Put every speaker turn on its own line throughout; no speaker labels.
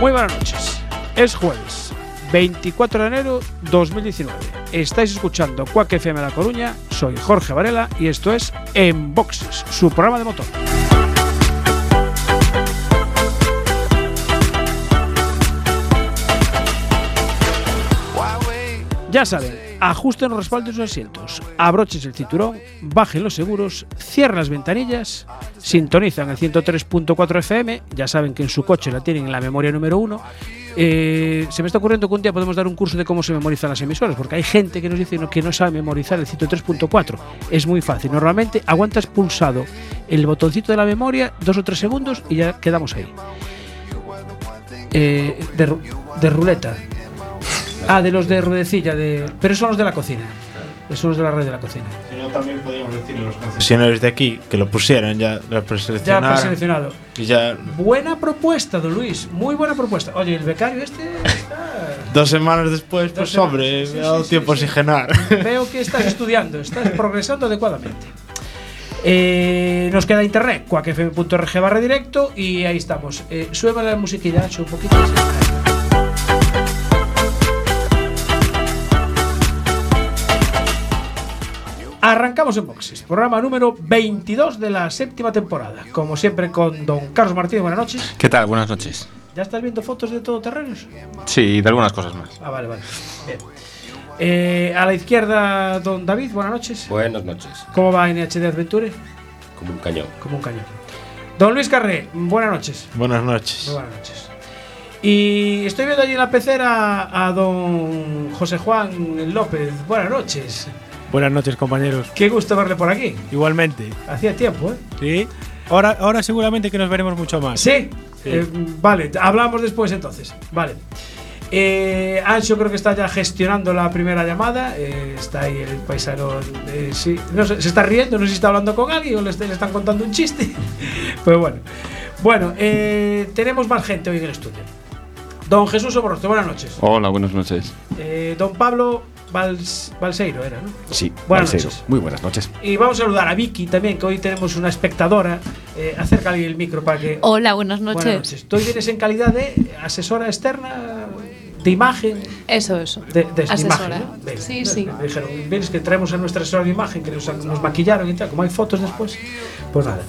Muy buenas noches. Es jueves, 24 de enero 2019. Estáis escuchando Quack FM La Coruña. Soy Jorge Varela y esto es En Boxes, su programa de motor. Ya saben, ajusten los respaldos y los asientos, abroches el cinturón, bajen los seguros, cierren las ventanillas, sintonizan el 103.4 FM, ya saben que en su coche la tienen en la memoria número uno. Eh, se me está ocurriendo que un día podemos dar un curso de cómo se memorizan las emisoras, porque hay gente que nos dice no- que no sabe memorizar el 103.4. Es muy fácil, normalmente aguantas pulsado el botoncito de la memoria dos o tres segundos y ya quedamos ahí. Eh, de, ru- de ruleta. Ah, de los de ruedecilla, de... pero son los de la cocina. Son los de la red de la cocina.
Si no, también podríamos decir los canciones.
señores de aquí que lo pusieron ya lo
Ya
preseleccionaron
preseleccionado.
y ya
Buena propuesta, don Luis. Muy buena propuesta. Oye, el becario este está-
dos semanas después pues
semanas,
hombre
sí,
me ha dado
sí,
tiempo
sí, sí.
sin genar
Veo que estás estudiando, estás progresando adecuadamente. Eh, nos queda internet, cuacfm.org barra directo y ahí estamos. Eh, sube la musiquilla, Nacho, un poquito. Arrancamos en boxes, programa número 22 de la séptima temporada. Como siempre, con don Carlos Martínez, buenas noches.
¿Qué tal? Buenas noches.
¿Ya estás viendo fotos de todoterrenos?
Sí, de algunas cosas más.
Ah, vale, vale. Bien. Eh, a la izquierda, don David, buenas noches.
Buenas noches,
¿Cómo va NHD Adventure?
como un cañón.
Como un cañón. Don Luis Carré, buenas noches.
buenas
Muy
noches
buenas noches. Y estoy viendo allí en la pecera a don José Juan López. Buenas noches.
Buenas noches, compañeros.
Qué gusto verle por aquí.
Igualmente,
Hacía tiempo, ¿eh?
¿sí? Ahora, ahora seguramente que nos veremos mucho más.
Sí. Eh, vale, hablamos después entonces. Vale. Eh, Ancho creo que está ya gestionando la primera llamada. Eh, está ahí el paisano. eh, sí. No sé, se está riendo, no sé si está hablando con alguien o le, est- le están contando un chiste. Pero Pues bueno. Bueno, eh, tenemos más gente hoy en el estudio. Don Jesús Oborroste, buenas noches.
Hola, buenas noches.
Eh, don Pablo Vals- Balseiro era, ¿no?
Sí,
Buenas
Balseiro.
noches.
Muy buenas noches.
Y vamos a saludar a Vicky también, que hoy tenemos una espectadora. Eh, acércale el micro para que
Hola, buenas noches.
Buenas noches. Tú vienes en calidad de asesora externa de imagen.
Eso, eso.
De, de
Asesora.
imagen, ¿no? De-
Sí,
de-
sí.
me dijeron, vienes que traemos a nuestra asesora de imagen, que nos, nos maquillaron y tal, como hay fotos después. Pues nada.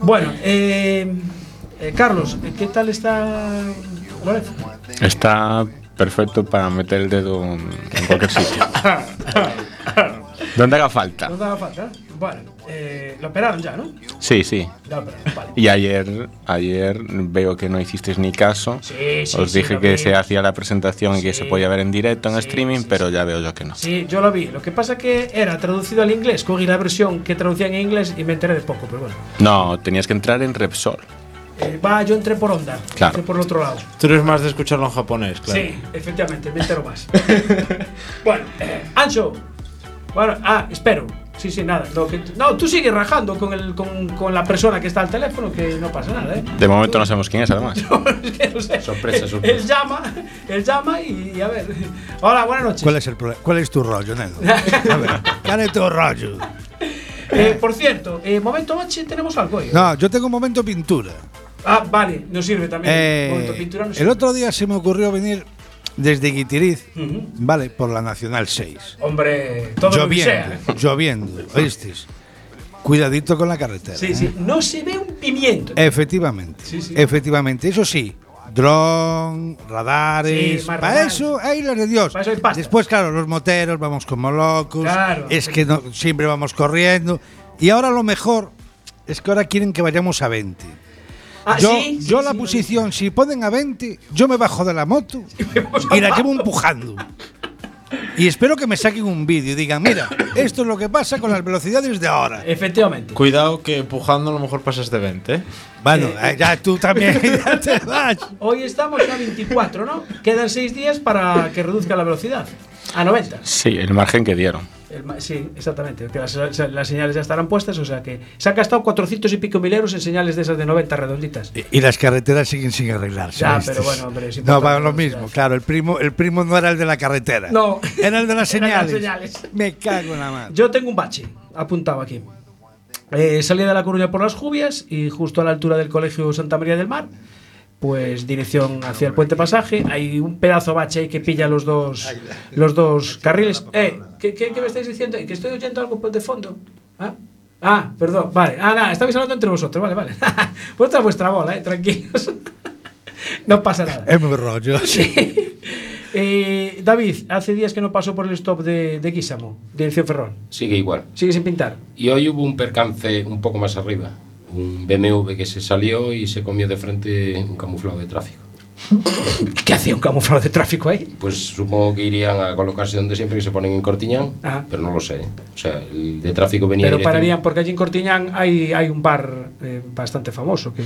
Bueno, eh, eh, Carlos, ¿qué tal está Lorenzo?
Está perfecto para meter el dedo en en cualquier sitio. Donde haga falta.
No daba falta. ¿eh? Bueno, eh, lo operaron ya, ¿no?
Sí, sí.
Ya lo operaron, vale.
Y ayer, ayer veo que no hicisteis ni caso.
Sí, sí,
Os
sí,
dije
lo
que
vi.
se hacía la presentación y que se
Sí.
podía ver en directo en
Sí,
streaming,
sí,
pero ya veo yo que no.
Sí, yo lo vi. Lo que pasa que era traducido al inglés, cogí la versión que traducían en inglés y me enteré de poco, pero bueno.
No, tenías que entrar en Repsol.
Eh, va, yo entré por onda,
Claro.
entré por el otro lado.
tú eres más de escucharlo en japonés claro
Sí, efectivamente, me entero más. bueno, eh, Ancho. Bueno, ah, espero. Sí, sí, nada. No, que- no, tú sigues rajando con, el, con, con la persona que está al teléfono, que no pasa nada, ¿eh?
De momento no sabemos quién es, además.
Es que no sé.
Sorpresa, sorpresa.
Él llama, él llama y, a ver. Hola, buenas noches.
¿Cuál es, el pro- ¿Cuál es tu rollo, Nelo? A ver, ¿cuál es tu rollo?
Eh, por cierto, eh, momento noche tenemos algo hoy.
No, yo tengo un momento pintura.
Ah, vale, nos sirve también.
Eh,
momento pintura nos
el
sirve.
otro día se me ocurrió venir desde Guitiriz,
Ujú.
vale, por la Nacional 6.
Hombre, todo lo que sea.
lloviendo, lloviendo, ¿oísteis? Cuidadito con la carretera.
Sí,
¿eh?
sí. No se ve un pimiento.
Efectivamente,
Sí, sí.
efectivamente. Eso sí, dron, radares,
Sí, más
para
radares.
eso, ahí las de Dios.
Para eso hay pasta.
Después, claro, los moteros, vamos como locos.
Claro.
Es que no- siempre vamos corriendo. Y ahora lo mejor es que ahora quieren que vayamos a 20.
Ah,
yo
sí, sí,
yo
sí,
la
lo vi.
posición, si ponen a 20, yo me bajo de la moto y la llevo empujando. Y espero que me saquen un vídeo y digan, mira, esto es lo que pasa con las velocidades de ahora.
Efectivamente.
cuidado que empujando a lo mejor pasas de 20 ¿eh?
Bueno, eh, ya tú también ya te vas.
Hoy estamos a 24, ¿no? Quedan 6 días para que reduzca la velocidad. A 90.
Sí, el margen que dieron.
El ma- sí, exactamente. Que las, las señales ya estarán puestas, o sea que se han gastado 400 y pico mil euros en señales de esas de 90 redonditas.
Y, y las carreteras siguen sin arreglarse.
Ya,
¿viste?
pero bueno, hombre, es
No,
importante
va
la
lo mismo,
velocidad.
claro. El primo, el primo no era el de la carretera.
No.
Era el de las
Era las
señales.
señales.
Me cago en la mano.
Yo tengo un bache apuntado aquí. Eh, salí de La Coruña por las Jubias y justo a la altura del Colegio Santa María del Mar pues dirección hacia el puente pasaje. Hay un pedazo bache ahí que pilla los dos, los dos carriles. Eh, ¿qué, qué, qué me estáis diciendo? ¿Que estoy oyendo algo por de fondo? ¿Ah? Ah, perdón, vale. Ah, nada, estabais hablando entre vosotros, vale, vale. vuestra vuestra bola, eh, tranquilos. no pasa nada.
Es mi rollo.
Eh, David, hace días que no pasó por el stop de, de Guisamo, dirección Ferrol.
Sigue igual.
Sigue sin pintar.
Y hoy hubo un percance un poco más arriba. Un BMW que se salió y se comió de frente un camuflado de tráfico.
¿Qué hacía un camuflado de tráfico ahí?
Pues supongo que irían a colocarse donde siempre que se ponen en Cortiñán,
Ajá.
pero no lo sé. ¿eh? O sea, el de tráfico venía
Ah. Pero
directo-
pararían, porque allí en Cortiñán hay, hay un bar eh, bastante famoso que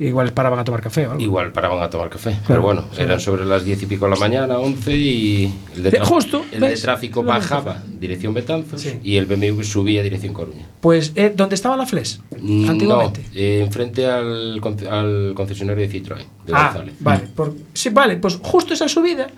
igual paraban a tomar café o algo.
Igual paraban a tomar café, pero bueno, eran sobre las 10 y pico de la mañana, 11 y el de,
Eh,
tra-
justo,
el de
¿ves?
tráfico
Lo mismo.
bajaba dirección Betanzos
Sí.
y el BMW subía dirección Coruña.
Pues, eh, ¿dónde estaba la Fles?
Mm,
Antiguamente.
No, eh, enfrente al, conce- al concesionario de Citroën, de
Ah,
González. Mm.
vale. por- sí, vale, pues justo esa subida,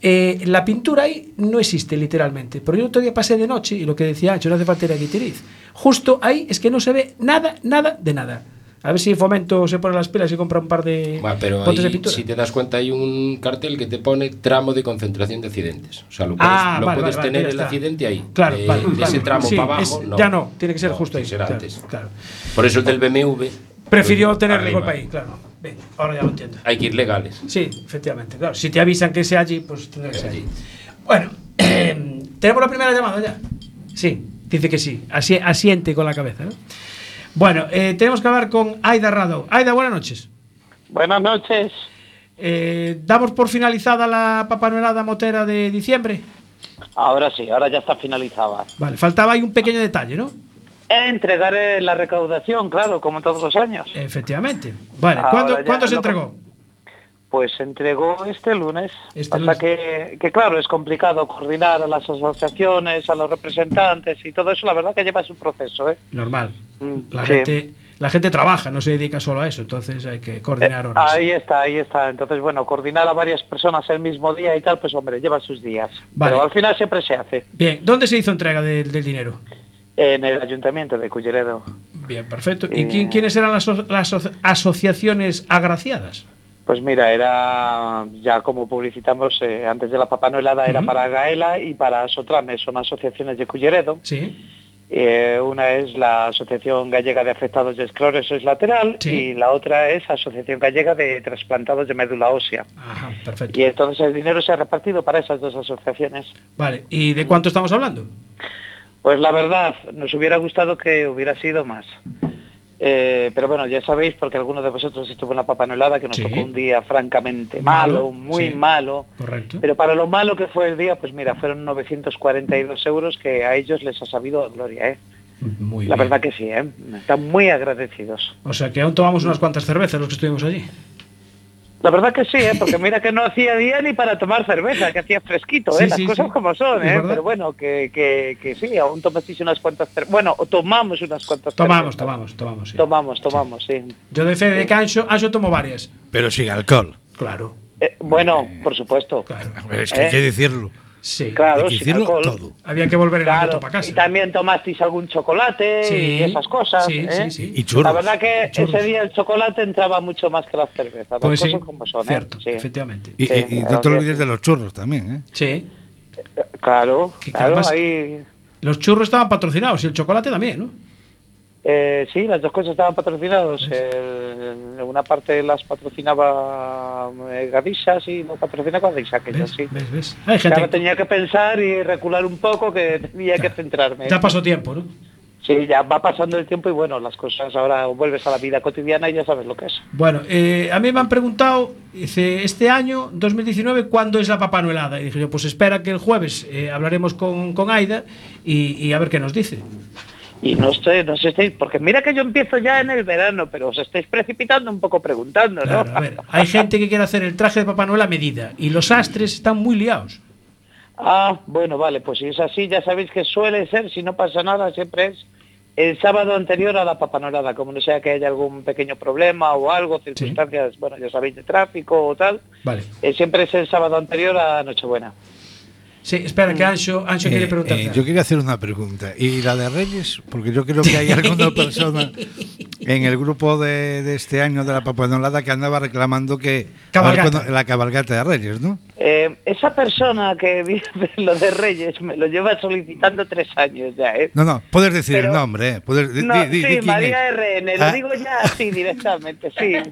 eh, la pintura ahí no existe literalmente. Porque yo otro día pasé de noche y lo que decía Ancho, no hace falta ir a Guitiriz. Justo ahí es que no se ve nada, nada de nada. A ver si Fomento se pone las pilas y compra un par de
Va, pero
botes de
ahí,
pintura.
si te das cuenta hay un cartel que te pone tramo de concentración de accidentes. O sea, lo puedes,
Ah,
lo
vale,
puedes
vale, vale,
tener
ya
el
está.
accidente ahí.
Claro,
Eh,
vale,
de
vale.
ese tramo
Sí,
para abajo,
es- ya no, tiene que ser
No,
justo ahí.
será
claro,
antes.
claro.
Por eso el del BMW.
Prefirió
pues,
tenerle
arriba.
golpe ahí, claro. Venga, ahora ya lo entiendo.
Hay que ir legales.
Sí, efectivamente. Claro, si te avisan que sea allí, pues tendrá que ser allí. Bueno, tenemos la primera llamada ya. Sí, dice que sí. Así, asiente con la cabeza. ¿no? Bueno, eh, tenemos que hablar con Aida Rado. Aida, buenas noches.
Buenas noches.
Eh, ¿Damos por finalizada la papanuelada motera de diciembre?
Ahora sí, ahora ya está finalizada.
Vale, faltaba ahí un pequeño detalle, ¿no?
Entregar eh, la recaudación, claro, como todos los años.
Efectivamente. Vale,
Ahora
¿cuándo,
ya
cuándo se
no-
entregó?
Pues se entregó este lunes.
Este
Hasta
lunes.
Que, que, claro, es complicado coordinar a las asociaciones, a los representantes y todo eso. La verdad que lleva su proceso, ¿eh?
Normal.
Mm,
La,
sí.
gente, la gente trabaja, no se dedica solo a eso, entonces hay que coordinar
Eh,
horas.
ahí está, ahí está. Entonces, bueno, coordinar a varias personas el mismo día y tal, pues hombre, lleva sus días.
Vale.
Pero al final siempre se hace
Bien, ¿dónde se hizo entrega del- del dinero?
en el ayuntamiento de Culleredo.
Bien, perfecto. ¿Y
Eh,
quién- quiénes eran las, aso- las aso- asociaciones agraciadas?
Pues mira, era ya como publicitamos eh, antes de la Papá Noelada, era
Ujú.
para Gaela y para Sotrame, son asociaciones de Culleredo.
Sí.
Eh, una es la Asociación Gallega de Afectados de Esclerosis Lateral
Sí.
y la otra es Asociación Gallega de Trasplantados de Médula Ósea.
Ajá, perfecto.
Y entonces el dinero se ha repartido para esas dos asociaciones.
Vale, ¿y de cuánto estamos hablando?
Pues la verdad, nos hubiera gustado que hubiera sido más. Eh, pero bueno, ya sabéis, porque alguno de vosotros estuvo en la Papá Noelada, que nos
Sí.
tocó un día francamente
Malo,
malo, muy
sí.
malo.
Correcto.
Pero para lo malo que fue el día, pues mira, fueron 942 euros que a ellos les ha sabido a gloria, ¿eh?
Muy
La
bien.
verdad que sí, ¿eh? Están muy agradecidos.
O sea que aún tomamos unas cuantas cervezas los que estuvimos allí.
La verdad que sí, ¿eh? Porque mira que no hacía día ni para tomar cerveza, que hacía fresquito, ¿eh?
Sí,
Las
sí,
cosas
sí.
como son,
Es
¿eh?
verdad.
Pero bueno, que, que, que sí, aún tomasteis unas cuantas cervezas. Bueno, o tomamos unas cuantas
Tomamos,
cervezas.
tomamos, tomamos. Pues sí.
Tomamos, tomamos, sí.
Yo de fe de cancho, yo tomo varias.
Pero sin alcohol.
Claro,
Eh, bueno, por supuesto. ¿Eh?
claro.
Pero es que hay que decirlo.
Sí.
Hay
Claro,
que
sin
decirlo
alcohol.
todo.
Había que volver en la
Claro,
moto para
y
casa.
también tomasteis algún chocolate
Sí,
y esas cosas.
sí,
¿eh?
sí, sí.
Y churros.
La verdad que
churros.
ese día el chocolate entraba mucho más que la cerveza. Las
Pues sí,
cosas como son, ¿eh?
cierto,
Sí.
efectivamente.
Y,
Sí,
y- y no te
gracias.
olvides de los churros también, ¿eh?
Sí.
Claro,
Que
claro,
además-
ahí...
Los churros estaban patrocinados y el chocolate también, ¿no?
eh, sí, las dos cosas estaban
Pues
patrocinadas. El- una parte las patrocinaba eh, Gadisas y no patrocinaba Gadisa, que yo
¿Ves?
sí.
¿Ves? ¿Ves? Hay gente
Claro,
que-
tenía que pensar y recular un poco, que tenía que centrarme.
Ya pasó tiempo, ¿no?
Sí, ya va pasando el tiempo y bueno, las cosas ahora vuelves a la vida cotidiana y ya sabes lo que es.
Bueno, eh, a mí me han preguntado, dice, este año, 2019, ¿cuándo es la papanuelada? Y dije yo, pues espera que el jueves eh, hablaremos con, con Aida y, y a ver qué nos dice.
Y no estoy, no os estáis, porque mira que yo empiezo ya en el verano, pero os estáis precipitando un poco preguntando, ¿no?
Claro, a ver, hay gente que quiere hacer el traje de Papá Noel a medida y los astres están muy liados.
Ah, bueno, vale, pues si es así, ya sabéis que suele ser, si no pasa nada, siempre es el sábado anterior a la papanorada, como no sea que haya algún pequeño problema o algo, circunstancias, bueno, ya sabéis, de tráfico o tal,
Vale.
eh, siempre es el sábado anterior a Nochebuena.
Sí, espera, que Ancho, Ancho quiere
Eh,
preguntarte.
eh, yo quería hacer una pregunta. ¿Y la de Reyes? Porque yo creo que hay alguna persona en el grupo de, de este año de la papanolada que andaba reclamando que
Cabalgata.
a ver cuándo- la cabalgata de Reyes, ¿no?
Eh, esa persona que vive lo de Reyes me lo lleva solicitando tres años ya, ¿eh?
No, no, puedes decir
Pero-
el nombre, eh, puedes di-
No,
di- di- di
sí,
quién
María
es.
RN, lo
Ah.
digo ya así directamente, sí.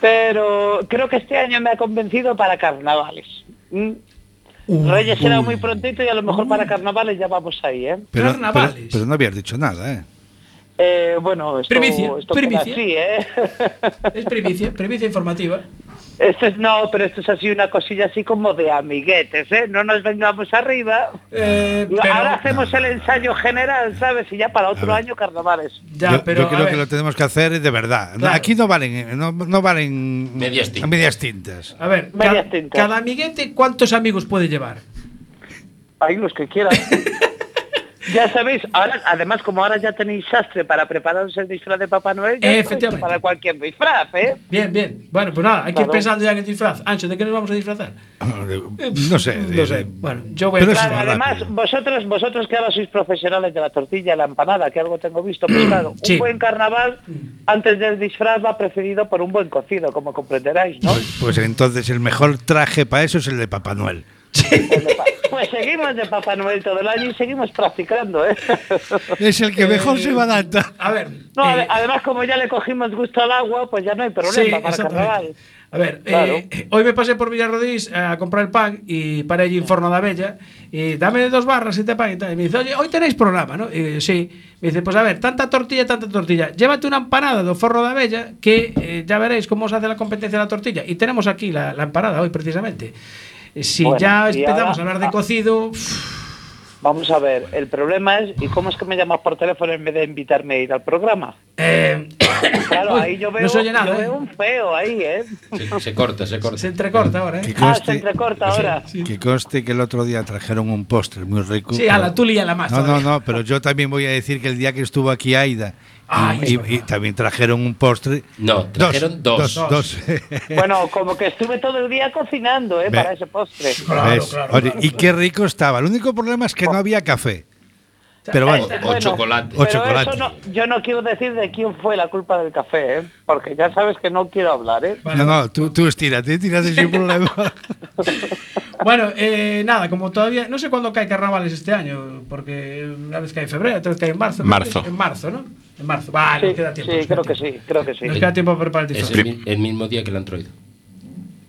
Pero creo que este año me ha convencido para carnavales. ¿m? Reyes será muy prontito y a lo mejor para carnavales ya vamos ahí, ¿eh?
Pero,
Carnavales.
pero- pero no habías dicho nada, ¿eh?
Eh, bueno, esto,
Primicia,
esto queda
primicia.
así, ¿eh?
Es primicia, primicia informativa.
Esto es, no, pero esto es así una cosilla así como de amiguetes, ¿eh? No nos vengamos arriba.
Eh, pero,
Ahora hacemos el ensayo general, ¿sabes? Y ya para otro año carnavales.
ya,
yo,
pero
yo
a
creo
ver,
que lo tenemos que hacer de verdad. No,
Claro.
Aquí no valen, eh, no, no valen
Medias tintas.
medias tintas.
a ver, ca-
Varias
cada,
tintas.
amiguete, ¿cuántos amigos puede llevar?
Ahí los que quieran. ya sabéis, ahora, además como ahora ya tenéis sastre para prepararos el disfraz de Papá Noel, ya
Eh, Efectivamente.
podéis para cualquier disfraz, ¿eh?
Bien, bien. Bueno, pues nada, hay que ir
Claro.
pensando ya en el disfraz. Ancho, ¿de qué nos vamos a disfrazar?
No sé.
Eh, No
de-
sé. Bueno, yo voy
Pero
a
es
Claro,
más
además,
rápido.
vosotros, vosotros que ahora sois profesionales de la tortilla, la empanada, que algo tengo visto, pues
Mm,
claro,
Sí.
un buen carnaval antes del disfraz va precedido por un buen cocido, como comprenderáis, ¿no?
Pues, pues entonces el mejor traje para eso es el de Papá Noel.
Pues de pa- pues seguimos de Papá Noel todo el año y seguimos practicando, ¿eh?
Es el que
Eh,
mejor se va a adaptar.
A ver.
No, ade-
eh,
además como ya le cogimos gusto al agua, pues ya no hay
Sí,
problema para
exactamente.
carnaval.
A ver,
Claro.
eh, hoy me pasé por Villarrodís eh, a comprar el pan y para allí en Forno de Bella y dame dos barras y te pan y tal. Y me dice, oye, hoy tenéis programa, ¿no? Y, sí. Me dice, pues a ver, tanta tortilla, tanta tortilla. Llévate una empanada de Forno de Bella que eh, ya veréis cómo se hace la competencia de la tortilla. Y tenemos aquí la, la empanada hoy precisamente. Eh, Si
Bueno,
ya
y
empezamos
ahora-
a hablar de
ah.
cocido, pff,
Vamos a ver, el problema es, ¿y cómo es que me llamas por teléfono en vez de invitarme a ir al programa?
eh,
Claro,
uy,
ahí yo veo,
no se oye nada,
yo
¿eh?
veo un feo ahí, ¿eh?
Se, se corta, se corta.
Se entrecorta ahora,
Que
¿eh?
Ah,
conste,
se entrecorta ahora.
que conste que el otro día trajeron un póster muy rico.
Sí, a la
pero-
tuli y a la eh. más.
No, no,
todavía.
no, pero yo también voy a decir que el día que estuvo aquí Aida y-
Ay, es
y,
verdad.
y también trajeron un postre.
No, trajeron dos.
Dos, dos.
Bueno, como que estuve todo el día cocinando, ¿eh?
Ve.
Para ese postre.
¿Ves? Oye, Y qué rico estaba. El único problema es que no había café. Pero
Oh. Eh,
bueno,
O chocolate.
O
pero
chocolate.
eso no- yo no quiero decir de quién fue la culpa del café, ¿eh? Porque ya sabes que no quiero hablar, ¿eh?
no, no, tú, tú estírate, tírate sin problema.
Bueno, eh, nada, como todavía. No sé cuándo cae carnavales este año, porque una vez cae en febrero, otra vez cae en marzo. ¿no?
Marzo.
En marzo, ¿no? En marzo. Vale,
Sí,
nos queda tiempo.
sí,
nos queda
creo que
tiempo.
sí, creo que sí.
Nos queda tiempo para preparar el
Es
disfraz.
el, mi- el mismo día que el Android.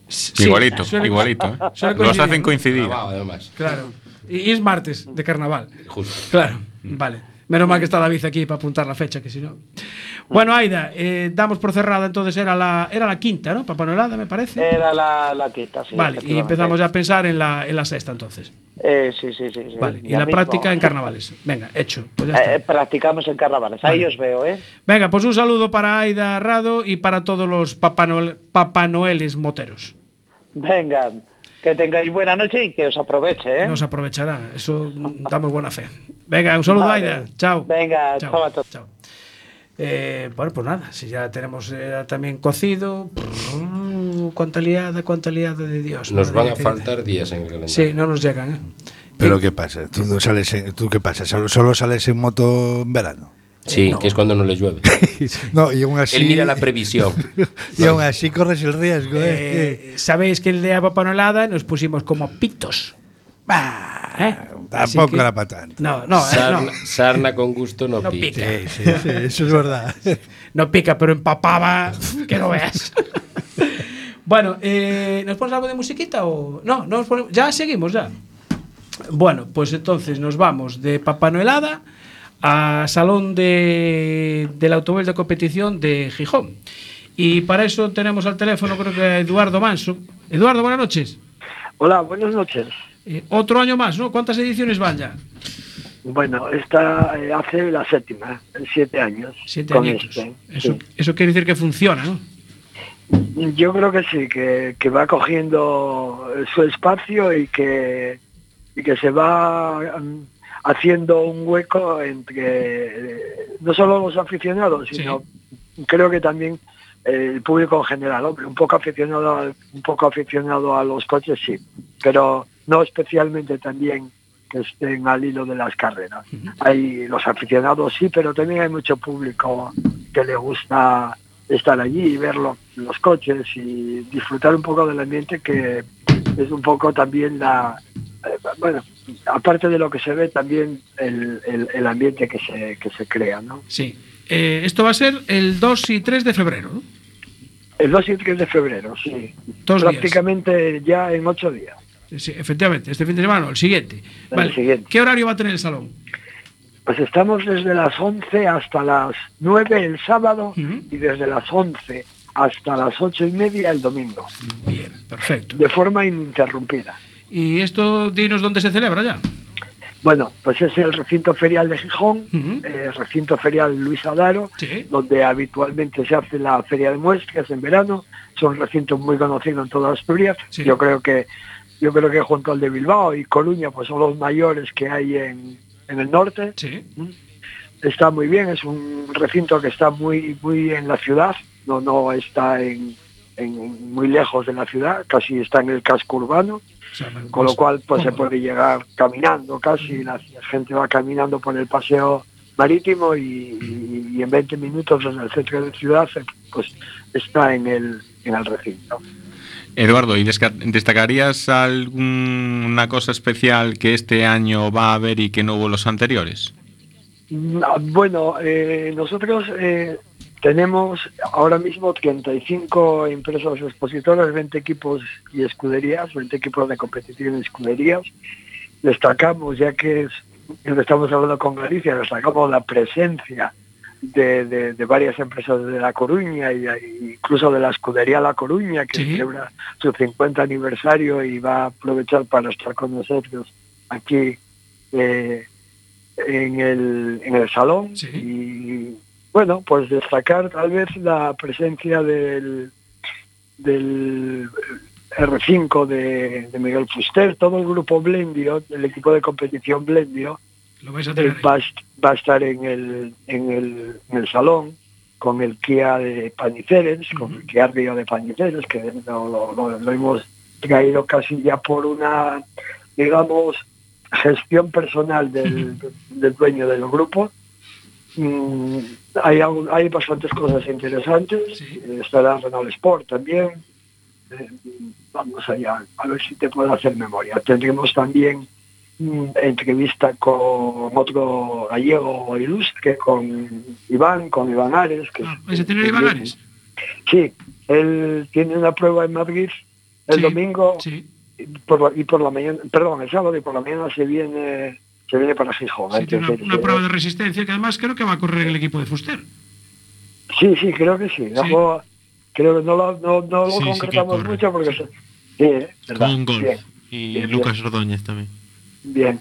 Sí,
igualito,
suele-
igualito. ¿eh?
suele
Los
coincidir.
hacen coincidir.
Grabado, además.
Claro. Y, y es martes de carnaval.
Justo. Mm.
Claro, vale. Menos mal que está David aquí para apuntar la fecha, que si no. Bueno, Aida, eh, damos por cerrada, entonces era la, era la quinta, ¿no? Papanolada, me parece.
Era la, la quinta, sí.
vale, y
efectivamente.
empezamos ya a pensar en la, en la sexta, entonces.
Eh, sí, sí, sí. sí,
Vale, y
ya
la
mismo.
práctica en carnavales. Venga, hecho. Pues ya está.
Eh, eh, practicamos en carnavales, ahí os veo, ¿eh?
Venga, pues un saludo para Aida Rado y para todos los Papá Noel- Papá Noeles moteros.
Venga, que tengáis buena noche y que os aproveche, ¿eh?
Nos aprovecharán, eso mm, damos buena fe. Venga, un saludo
Vale.
Aida, chao.
Venga, chao a todos.
Chao. Eh, bueno, pues nada, si ya tenemos eh, también cocido, Brrr, cuánta liada, cuánta liada de Dios.
Nos
madre
van a
querida.
faltar días en el calendario.
Sí, no nos llegan, ¿eh?
Pero ¿qué pasa? ¿Tú, no sales en- ¿Tú qué pasa? ¿Solo, solo sales en moto en verano?
Sí, que es cuando no le llueve.
No, y aún así,
Él mira la previsión.
y aún así corres el riesgo. ¿eh?
Eh, Sabéis que el día de Papá Noelada nos pusimos como pitos. ¿eh? Así
Tampoco
que-
era para tanto.
No, no, eh, no.
sarna, sarna con gusto no,
No
pica.
pica.
Sí, sí, sí, eso es verdad.
No pica, pero empapaba. Que no veas. bueno, eh, ¿nos pones algo de musiquita o.? No, no nos ponemos- Ya seguimos, ya. Bueno, pues entonces nos vamos de Papá Noelada a Salón de, del Automóvil de Competición de Gijón. Y para eso tenemos al teléfono, creo que a Eduardo Manso. Eduardo, buenas noches.
Hola, buenas noches.
Eh, otro año más, ¿no? ¿Cuántas ediciones van ya?
Bueno, esta hace la séptima, siete años. este.
Siete años. Eso, eso quiere decir que funciona, ¿no?
Yo creo que sí, que, que va cogiendo eh, su espacio y que, y que se va mm, haciendo un hueco entre eh, no solo los aficionados,
Sí.
sino creo que también eh, el público en general, hombre, un poco aficionado al- un poco aficionado a los coches sí, pero no especialmente también
que estén al hilo de las carreras. Hay los aficionados, sí, pero también hay mucho público que le gusta estar allí y ver lo- los coches y disfrutar un poco del ambiente que es un poco también la... eh, bueno, aparte de lo que se ve, también el, el- el ambiente que se, que se crea, ¿no?
Sí. Eh, esto va a ser el 2 y 3 de febrero. ¿no?
El 2 y 3 de febrero, sí.
Dos días.
Prácticamente ya en ocho días.
Sí, efectivamente, este fin de semana, no, el siguiente.
El
Vale.
siguiente.
¿Qué horario va a tener el salón?
Pues estamos desde las 11 hasta las 9 el sábado y desde las 11 hasta las 8 y media el domingo.
Bien, perfecto.
De forma ininterrumpida.
Y esto, dinos dónde se celebra ya.
Bueno, pues es el recinto ferial de Gijón, eh, recinto ferial Luis Adaro, donde habitualmente se hace la feria de muestras en verano. Es un recinto muy conocido en toda Asturias. Yo creo que yo creo que junto al de Bilbao y Coruña pues son los mayores que hay en, en el norte. Mm. Está muy bien, es un recinto que está muy muy en la ciudad, no no está en, en- muy lejos de la ciudad, casi está en el casco urbano con lo cual pues se puede llegar caminando casi, la gente va caminando por el paseo marítimo y, y- y en 20 minutos desde el centro de la ciudad se- pues está en el, en el recinto.
Eduardo, ¿y desca- destacarías alguna cosa especial que este año va a haber y que no hubo los anteriores?
Mm, ah, Bueno, eh, nosotros eh, tenemos ahora mismo 35 empresas expositoras, 20 equipos y escuderías, 20 equipos de competición en escuderías. Destacamos, ya que es- ya lo estamos hablando con Galicia, destacamos la presencia de, de- de varias empresas de La Coruña y, y incluso de la escudería La Coruña, que celebra su 50 aniversario y va a aprovechar para estar con nosotros aquí. eh, en el, en el salón y bueno, pues destacar tal vez la presencia del, del R5 de, de Miguel Fuster, todo el grupo Blendio, el equipo de competición Blendio,
Lo vais a
eh,
tener.
va, a est- va a estar en el, en el, en el salón con el Kia de Paniceres, con el Kia Río de Paniceres, que lo, lo- lo- lo hemos traído casi ya por una, digamos, gestión personal del, del dueño del grupo. Mm, hay, algo- hay bastantes cosas interesantes. Eh, Estará Renault Sport también. Eh, vamos allá, a ver si te puedo hacer memoria. Tendremos también mm, entrevista con otro gallego ilustre, con Iván, con Iván Ares. Que
¿Vais a tener Iván Ares?
Sí, él tiene una prueba en Madrid el domingo y por la- y por la mañana, perdón, el sábado y por la mañana se viene se viene para Gijón.
Sí, tiene
Entonces,
una, una
eh,
prueba de resistencia que además creo que va a correr el equipo de Fuster.
Sí, sí, creo que sí. Luego, creo que no lo, no, no lo
Sí, sí que
concretamos
corre.
mucho porque... se- Sí, ¿eh? ¿verdad?
Con un gol.
Bien,
Y
bien,
Lucas Ordóñez también.
bien.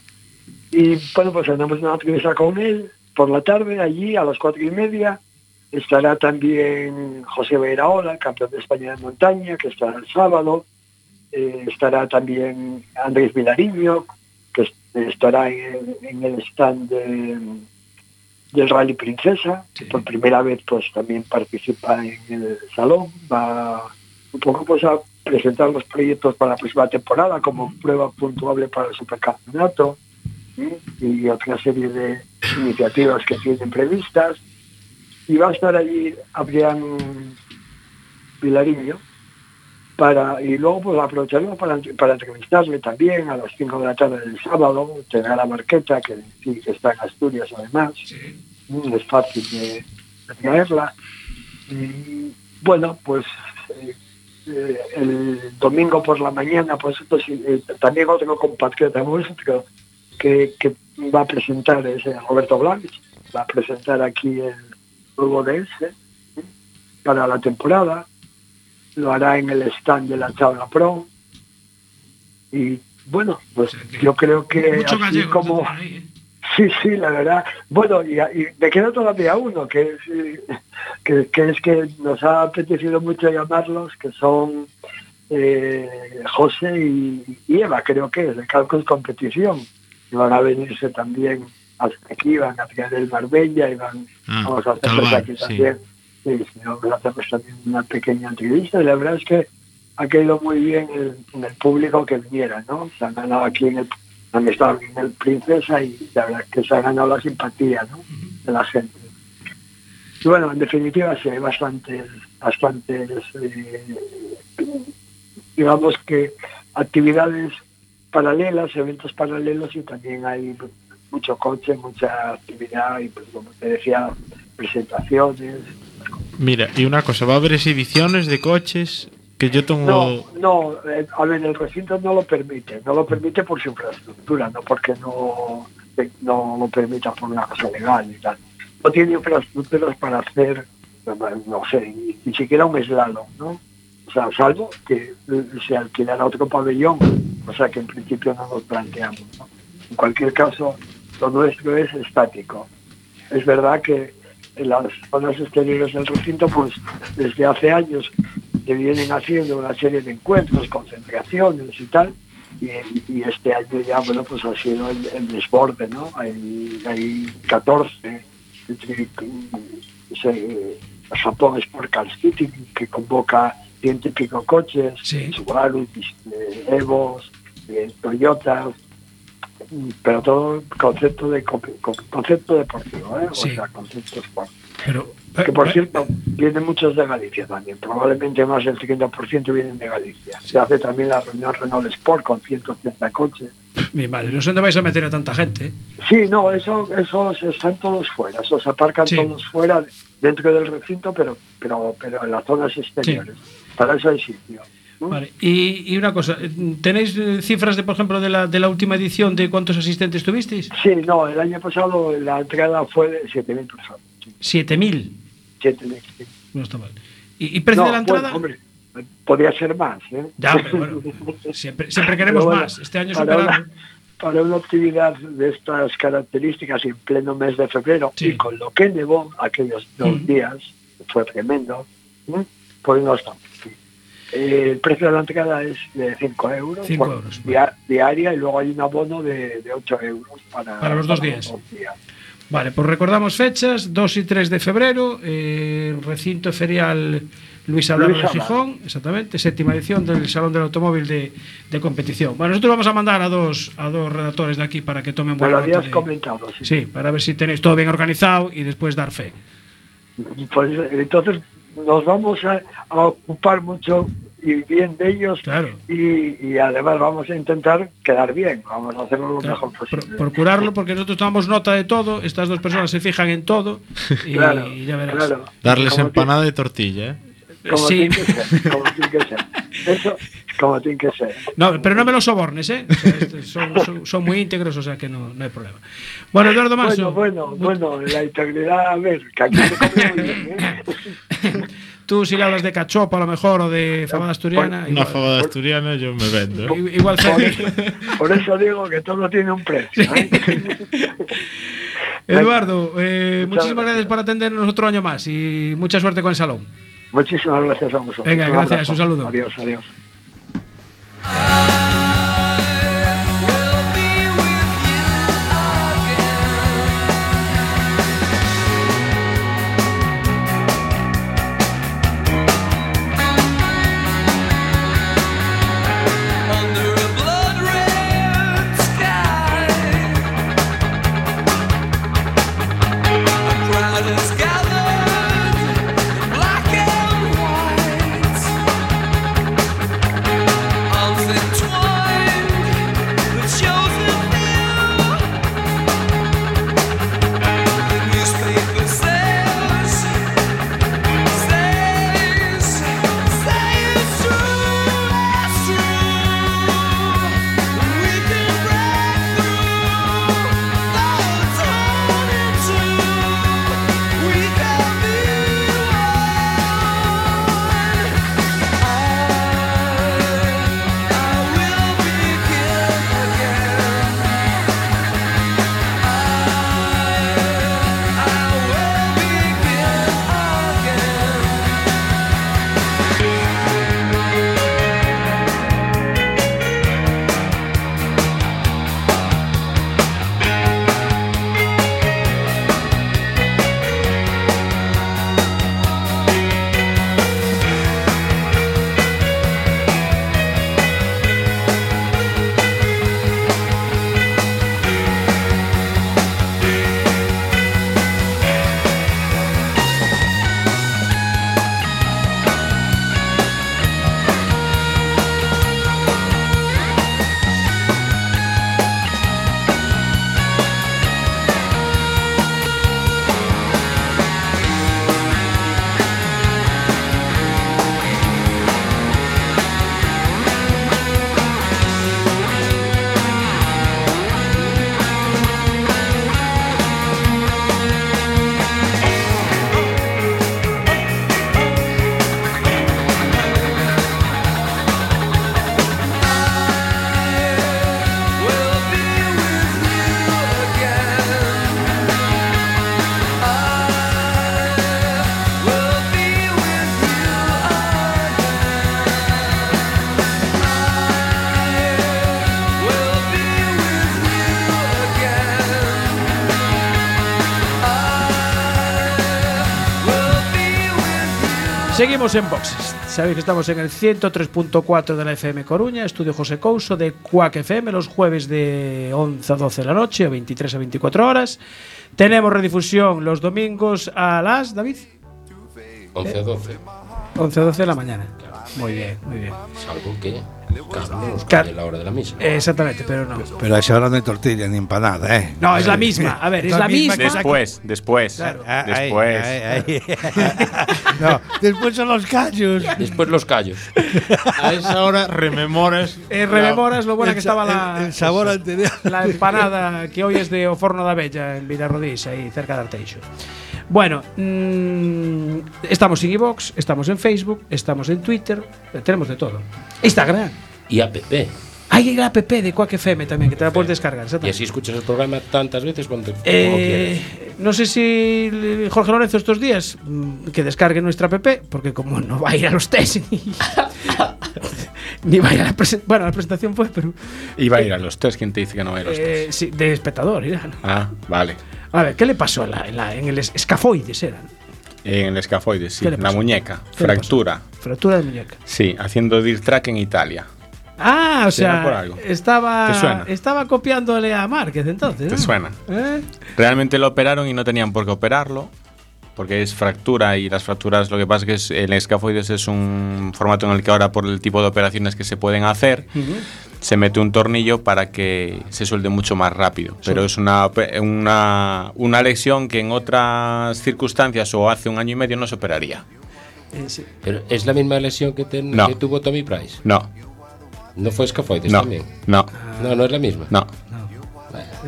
Y bueno, pues tenemos una entrevista con él por la tarde, allí a las cuatro y media. Estará también José Beiraola, campeón de España de montaña, que estará el sábado. Eh, estará también Andrés Vilariño, que es- estará en, en el stand de- del Rally Princesa, que por primera vez pues también participa en el salón, va un poco pues a presentar los proyectos para la próxima temporada como prueba puntuable para el supercampeonato ¿sí? y otra serie de iniciativas que tienen previstas. Y va a estar allí Adrián Vilariño, para y luego pues aprovecharemos para, para entrevistarle también a las 5 de la tarde del sábado, tendrá la marqueta que, sí, que está en Asturias además, Mm, es fácil de, de traerla. Y, bueno, pues eh, eh, el domingo por la mañana, pues pues, eh, también otro compatriota nuestro que, que va a presentar es eh, Roberto Blanch, va a presentar aquí el nuevo DS ¿sí? para la temporada lo hará en el stand de la tabla pro y bueno pues yo creo que
Mucho
así
gallego ¿eh?
como sí sí la verdad bueno y, y me queda todavía uno que es eh, que, que es que nos ha apetecido mucho llamarlos que son eh, José y, y Eva creo que es de Calcos Competición y van a venirse también hasta aquí van a tirar el Marbella y van
Ah,
vamos a hacer
Calvar,
aquí
sí.
también Sí, sí, vamos a hacernos también una pequeña entrevista y la verdad es que ha caído muy bien el, en el público que viniera, ¿no? Se han ganado aquí en el, han estado en el Princesa y la verdad es que se ha ganado la simpatía ¿no? de la gente. Y bueno, en definitiva, sí, hay bastantes, bastantes eh, digamos que actividades paralelas, eventos paralelos y también hay mucho coche, mucha actividad y pues, como te decía, presentaciones.
Mira, y una cosa, ¿va a haber exhibiciones de coches? Que yo
No,
tengo.
no, eh, a ver, el recinto no lo permite, no lo permite por su infraestructura, no porque no, eh, no lo permita por una cosa legal y tal. No tiene infraestructuras para hacer, no sé, ni, ni siquiera un slalom, ¿no? O sea, salvo que eh, se alquilara otro pabellón, o sea que en principio no nos planteamos. ¿no? En cualquier caso, lo nuestro es estático. Es verdad que en las zonas exteriores del recinto, pues desde hace años que vienen haciendo una serie de encuentros, concentraciones y tal, y, y este año ya, bueno, pues ha sido el, el desborde, ¿no? Hay, hay 14, entre- se- Japón Sport Car City, que convoca ciento y pico coches, Subaru, eh, Evos, eh, Toyotas, pero todo concepto de co- co- concepto deportivo, ¿eh?
Sí.
o sea, concepto sport.
Pero, eh,
Que por cierto, vienen muchos de Galicia también, probablemente más del 50% vienen de Galicia. Se hace también la reunión Renault Sport con 180 coches.
mi madre, eh, no sé dónde vais a meter a tanta gente. ¿eh?
Sí, no, eso, esos están todos fuera, esos aparcan todos fuera dentro del recinto, pero, pero, pero en las zonas exteriores. Para eso hay sitio.
Vale. Y, y una cosa, ¿tenéis eh, cifras de, por ejemplo, de la, de la última edición de cuántos asistentes tuvisteis?
Sí, no, el año pasado la entrada fue de 7.000 personas.
7.000.
7.000. sí.
No está mal. ¿Y, y precio
No,
de la entrada?
bueno, hombre, podría ser más. ¿eh?
Ya, pero bueno, siempre, siempre queremos
Pero bueno,
más. Este año
para
superamos.
una, para una actividad de estas características en pleno mes de febrero y con lo que nevó aquellos dos días, fue tremendo, ¿m? pues no está. Eh, El precio de la entrada es de 5 euros,
Cinco
por
euros,
dia- diaria y luego hay un abono de, 8 euros para,
Para los dos días. Vale, pues recordamos fechas, 2 y 3 de febrero, eh, recinto ferial Luis Abraham
Luis
de
Abraham.
Gijón, exactamente, séptima edición del Salón del Automóvil de, de competición. Bueno, nosotros vamos a mandar a dos, a dos redactores de aquí para que tomen
Me lo
buena nota
habías
de-
comentado, sí.
Sí, para ver si tenéis todo bien organizado y después dar fe.
Pues, entonces nos vamos a, a ocupar mucho y bien de ellos y, y además vamos a intentar quedar bien, vamos a hacerlo lo mejor posible.
Procurarlo porque nosotros tomamos nota de todo, estas dos personas se fijan en todo y,
Claro,
y ya verás.
claro.
Darles
em-
Como
empanada de tortilla, ¿eh?
Como
Sí.
tiene que ser, como tiene que ser. Eso, como tiene que ser.
No, pero no me los sobornes, ¿eh? O sea, estos son, son- son muy íntegros, o sea que no, no hay problema. Bueno, Eduardo Maso,
Bueno, bueno, bueno, la integridad, a ver, que aquí se come muy bien, ¿eh?
tú si le hablas de cachopo a lo mejor o de fabada
Pues,
asturiana,
Una
igual,
fabada asturiana yo me vendo. ¿eh?
igual
Por eso, por eso digo que todo tiene un precio. ¿eh?
Eduardo, eh,
Muchas
muchísimas gracias por atendernos otro año más y mucha suerte con el salón.
Muchísimas gracias a vosotros.
Venga, gracias,
abrazo.
un saludo.
Adiós, adiós.
Twice.
Seguimos en boxes. Sabéis que estamos en el 103.4 de la FM Coruña, estudio José Couso de Cuac FM, los jueves de 11 a 12 de la noche, o 23 a 24 horas. Tenemos redifusión los domingos a las, David,
11 a 12.
11 a 12 de la mañana. Muy bien, muy bien.
Salvo que. Claro, no nos
Claro.
cambie la hora de la misa.
Eh, Exactamente, pero no.
Pero a esa hora no hay tortilla ni empanada, ¿eh?
No, es la misma. A ver, es la misma.
Después, después.
Claro.
Ah, ahí,
Después.
ahí, ahí. no, después son los callos.
Después los callos.
A esa hora rememoras.
Eh, rememoras lo buena que estaba la,
El, el sabor anterior.
la empanada que hoy es de O Forno da Bella en Vilarrodís, ahí cerca de Arteixo. Bueno, mm, estamos en iVox, estamos en Facebook, estamos en Twitter, eh, tenemos de todo. Instagram.
Y app.
Hay la app de Quack FM también, que te la puedes descargar.
Y
exactamente.
así escuchas el programa tantas veces cuanto como
Ah. Eh,
quieras.
no sé si le- Jorge Lorenzo estos días mm, que descargue nuestra app, porque como no va a ir a los test ni, ni va a ir a la presen- bueno, la presentación fue, pero
Iba a ir a los tres. ¿Quién te dice que no va a ir a los
eh,
tres?
sí, de espectador irá,
Eh,
¿no?
Ah, vale.
A ver, ¿qué le pasó en, la- en la- en el es- escafoides? Era ¿no?
En el escafoides, sí.
¿Qué le
La
pasó?
muñeca.
¿Qué le
Fractura.
fractura de muñeca.
Sí, haciendo dirt track en Italia.
Ah, o
Será por
sea,
algo. ¿Te
estaba,
suena?
estaba copiándole a Márquez entonces.
¿Te
¿no?
suena?
¿Eh?
Realmente lo operaron y no tenían por qué operarlo, porque es fractura y las fracturas, lo que pasa es que es- el escafoides es un formato en el que ahora por el tipo de operaciones que se pueden hacer, se mete un tornillo para que se suelte mucho más rápido. Pero es una, ope- una, una lesión que en otras circunstancias o hace un año y medio no se operaría.
Eh, sí.
Pero es la misma lesión que, ten-
No.
que tuvo Tommy Price.
No,
No fue escafoides
no,
también.
no,
No, no es la misma.
no.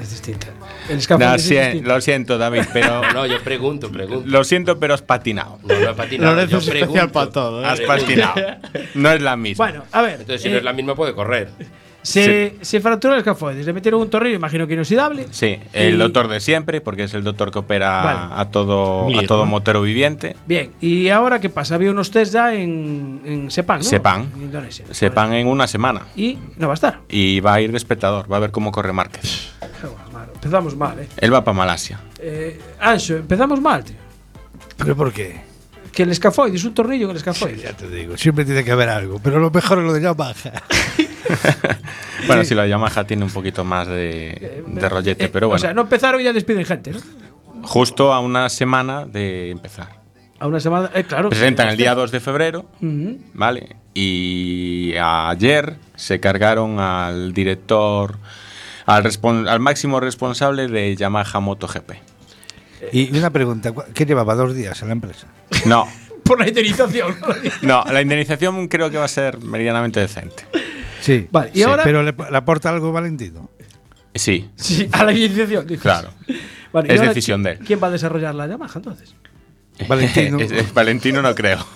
Es distinta. El
Lo,
escafoides es
sien-
distinto.
lo siento, David, pero...
No, yo pregunto, pregunto.
Lo siento, pero has patinado.
No, no he patinado,
Lorenzo
yo
es especial
pregunto.
para todo, ¿eh?
Has patinado. No es la misma.
Bueno, a ver.
Entonces, si
eh,
no es la misma, puede correr.
se, se fracturó el escafoides, le metieron un tornillo, imagino que inoxidable.
Sí, el
Y-
doctor de siempre, porque es el doctor que opera
Vale.
a todo a todo motero viviente.
Bien, ¿y ahora qué pasa? Había unos test ya en, en Sepang, ¿no?
Sepang.
En Indonesia.
Sepan en una semana.
Y no va a estar.
Y va a ir de espectador, va a ver cómo corre Márquez.
Joder, mano, Empezamos mal, ¿eh?
Él va para Malasia.
eh Anxo, empezamos mal, tío.
¿Pero por qué?
Que el escafoides, un tornillo en el escafoides.
Ya te digo, siempre tiene que haber algo. Pero lo mejor es lo de Yamaha.
Bueno, si la Yamaha tiene un poquito más de, de rollete,
Eh,
pero
O sea,
bueno.
no empezaron y ya despiden gente, ¿no?
Justo a una semana de empezar.
A una semana. Eh, claro.
Presentan el día 2 de febrero,
Ujú.
¿vale? Y ayer se cargaron al director, al, respon- al máximo responsable de Yamaha MotoGP.
Y una pregunta, ¿cu- ¿qué llevaba dos días en la empresa?
No,
Por la indemnización.
No, la indemnización creo que va a ser medianamente decente.
Sí.
Vale, y
Sí,
ahora-
Pero le, le aporta algo Valentino.
Sí,
sí, a la indemnización, dices.
claro.
Bueno, y
Es
ahora,
decisión de él.
¿Quién va a desarrollar la Yamaha entonces?
Valentino.
Es- es- Valentino no creo.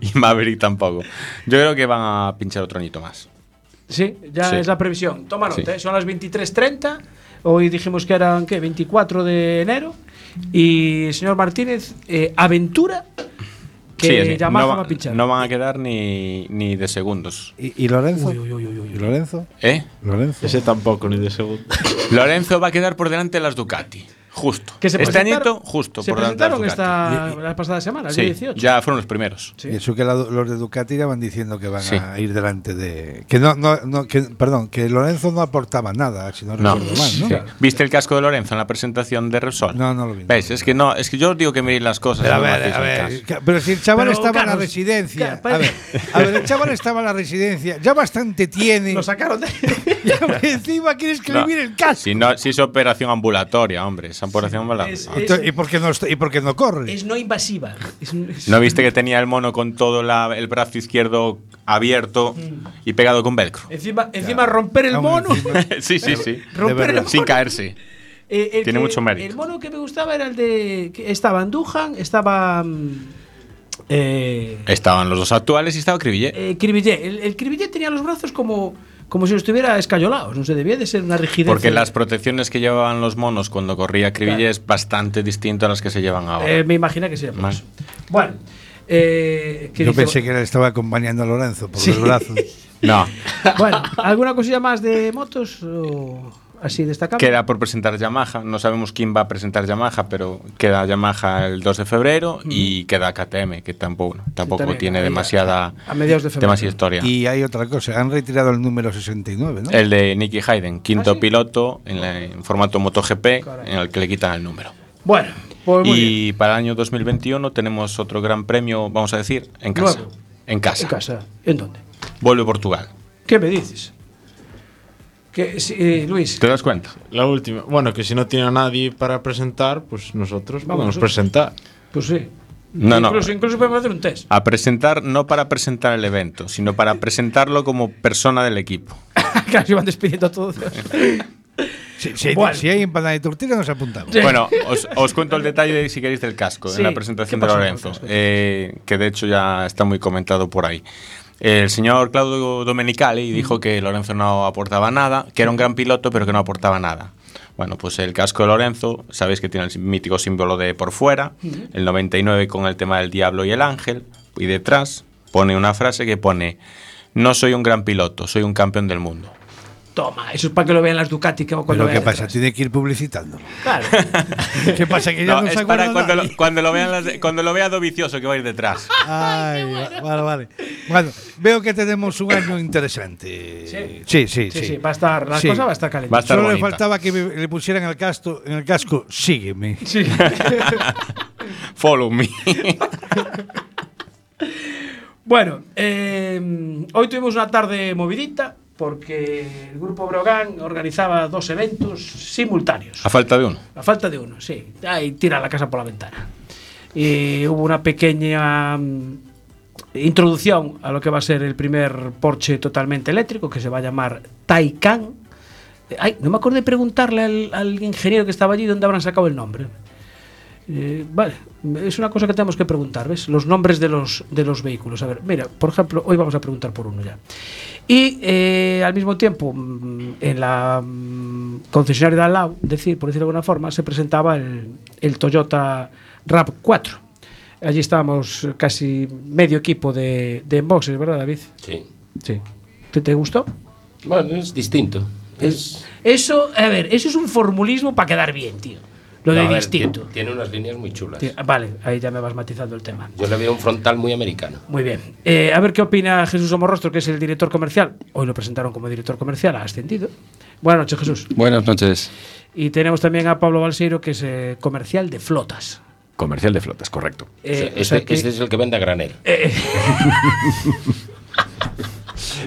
Y Maverick tampoco. Yo creo que van a pinchar otro añito más.
Sí, ya
Sí.
es la previsión. Toma nota,
Sí.
¿eh? son las 23.30. Hoy dijimos que eran, ¿qué? 24 de enero. Y, señor Martínez, eh, aventura que
Sí, es que
Yamaha
no, va-
va a pinchar.
no van a quedar ni, ni de segundos.
¿Y, y Lorenzo? ¿Y Lorenzo?
¿Eh?
Lorenzo.
Ese tampoco, ni de segundo.
Lorenzo va a quedar por delante de las Ducati. Justo.
Que se
este
presentaron-
añito, justo
Se
por delante de las
presentaron
Ducati.
esta, la pasada semana, el
Sí,
día 18.
ya fueron los primeros.
Sí.
Y eso que la- los de Ducati ya van diciendo que van
Sí.
a ir delante de. Que no, no, no, que, perdón, que Lorenzo no aportaba nada, si no
No.
recuerdo mal, ¿no?
Sí. ¿Viste el casco de Lorenzo en la presentación de Repsol?
No, no lo vi.
¿Ves? Es que no, es que yo os digo que miréis las cosas.
Pero a
no me
ver,
hacéis
a
el
ver.
caso.
ca- Pero si el chaval
Pero,
estaba en la
Carlos,
residencia.
Car-
A ver, a ver, el chaval estaba en la residencia. Ya bastante tiene.
Lo sacaron de.
Ya encima quieres que le
No.
mire el caso.
Si, no, si es operación ambulatoria, hombre, es operación
es-
ambulatoria.
Entonces, ¿y, por qué no, está- ¿Y por qué no corre?
es no invasiva. Es un- es-
¿No viste que tenía el mono con todo la- el brazo izquierdo abierto y pegado con velcro?
Encima, encima romper el
Aún
mono.
encima.
sí, sí, sí.
romper el mono.
Sin caerse.
Eh, el
Tiene
que-
mucho mérito.
El mono que me gustaba era el de. que estaba Andújan, estaba. mm, Eh,
Estaban los dos actuales y estaba Cribillé.
eh, Cribillé. El, el Cribillé tenía los brazos como, como si estuviera escayolados. No sé, debía de ser una rigidez.
Porque las protecciones que llevaban los monos cuando corría Cribillé es bastante distinto a las que se llevan ahora.
Eh, me imagina que sea por
Mal.
eso. Bueno. Eh, ¿qué
Yo
dice?
pensé que le estaba acompañando a Lorenzo por
Sí.
los brazos.
no.
Bueno, ¿alguna cosilla más de motos? o- así destacable?
Queda por presentar Yamaha. No sabemos quién va a presentar Yamaha, pero queda Yamaha el 2 de febrero y queda KTM, que tampoco, tampoco
también,
tiene
ahí,
demasiada,
a mediados de febrero.
demasiada historia.
Y hay otra cosa, han retirado el número 69, ¿no?
El de Nicky Hayden, quinto
Ah,
piloto en, la- en formato MotoGP, en el que le quitan el número.
Bueno, pues muy bien.
y para el año 2021 tenemos otro gran premio, vamos a decir, en casa.
Nuevo.
En casa.
En casa. ¿En dónde?
Vuelve a Portugal.
¿Qué me dices? Que, sí, eh, Luis.
¿Te das cuenta?
La última. Bueno, que si no tiene a nadie para presentar, pues nosotros
Vamos,
podemos presentar.
Pues sí.
No, no.
incluso, incluso podemos hacer un test.
A presentar, no para presentar el evento, sino para presentarlo como persona del equipo.
Claro, se van despidiendo a todos.
Si, si-
Bueno.
si hay empanada de tortilla, nos apuntamos.
Bueno, os, os cuento el detalle, de, si queréis, del casco,
Sí,
en la presentación
¿qué
de
pasó con el
Lorenzo, eh, que de hecho ya está muy comentado por ahí. El señor Claudio Domenicali dijo que Lorenzo no aportaba nada, que era un gran piloto, pero que no aportaba nada. Bueno, pues el casco de Lorenzo, sabéis que tiene el mítico símbolo de por fuera, el 99 con el tema del diablo y el ángel, y detrás pone una frase que pone, no soy un gran piloto, soy un campeón del mundo.
Toma, eso es para que lo vean las Ducati. Que cuando
Pero ¿qué
vean
pasa? Tiene que ir publicitando. ¿Qué pasa? Que ya no,
es
se
para
acuerda
cuando
nadie.
lo, cuando lo vean las- cuando lo vea Dovicioso que va a ir detrás.
Ay, vale, vale. Bueno, veo que tenemos un año interesante. Sí, sí, sí.
Sí, sí, va a estar- la cosa va a estar caliente. Va a estar
Solo le
bonita.
faltaba que me- le pusieran el casco, en el casco, sígueme.
Sí.
Follow me.
Bueno, eh, hoy tuvimos una tarde movidita porque el grupo Brogan organizaba dos eventos simultáneos.
A falta de uno.
A falta de uno, sí. Ahí tira la casa por la ventana. Y hubo una pequeña mm, introducción a lo que va a ser el primer Porsche totalmente eléctrico, que se va a llamar Taycan. Eh, Ay, no me acordé de preguntarle al, al ingeniero que estaba allí dónde habrán sacado el nombre. Eh, vale, es una cosa que tenemos que preguntar, ¿ves? Los nombres de los, de los vehículos. A ver, mira, por ejemplo, hoy vamos a preguntar por uno ya. Y eh, al mismo tiempo, mm, en la mm, concesionaria de al lado, decir, por decirlo de alguna forma, se presentaba el, el Toyota RAV4. Allí estábamos casi medio equipo de, de boxes, ¿verdad, David?
Sí.
Sí. ¿Te, te gustó?
Bueno, es distinto. Es
Eso, a ver, eso es un formulismo para quedar bien, tío. Lo
No,
de
a ver,
distinto.
ti- Tiene unas líneas muy chulas.
Tío, Vale, ahí ya me vas matizando el tema.
Yo le veo un frontal muy americano.
Muy bien. Eh, a ver qué opina Jesús Omorrostro, que es el director comercial. Hoy lo presentaron como director comercial, ha ascendido. Buenas noches, Jesús.
Buenas noches.
Y tenemos también a Pablo Balseiro, que es eh, comercial de flotas.
Comercial de flotas, correcto.
Eh,
O sea,
o
este,
sea que- Eh,
este es el que vende a granel.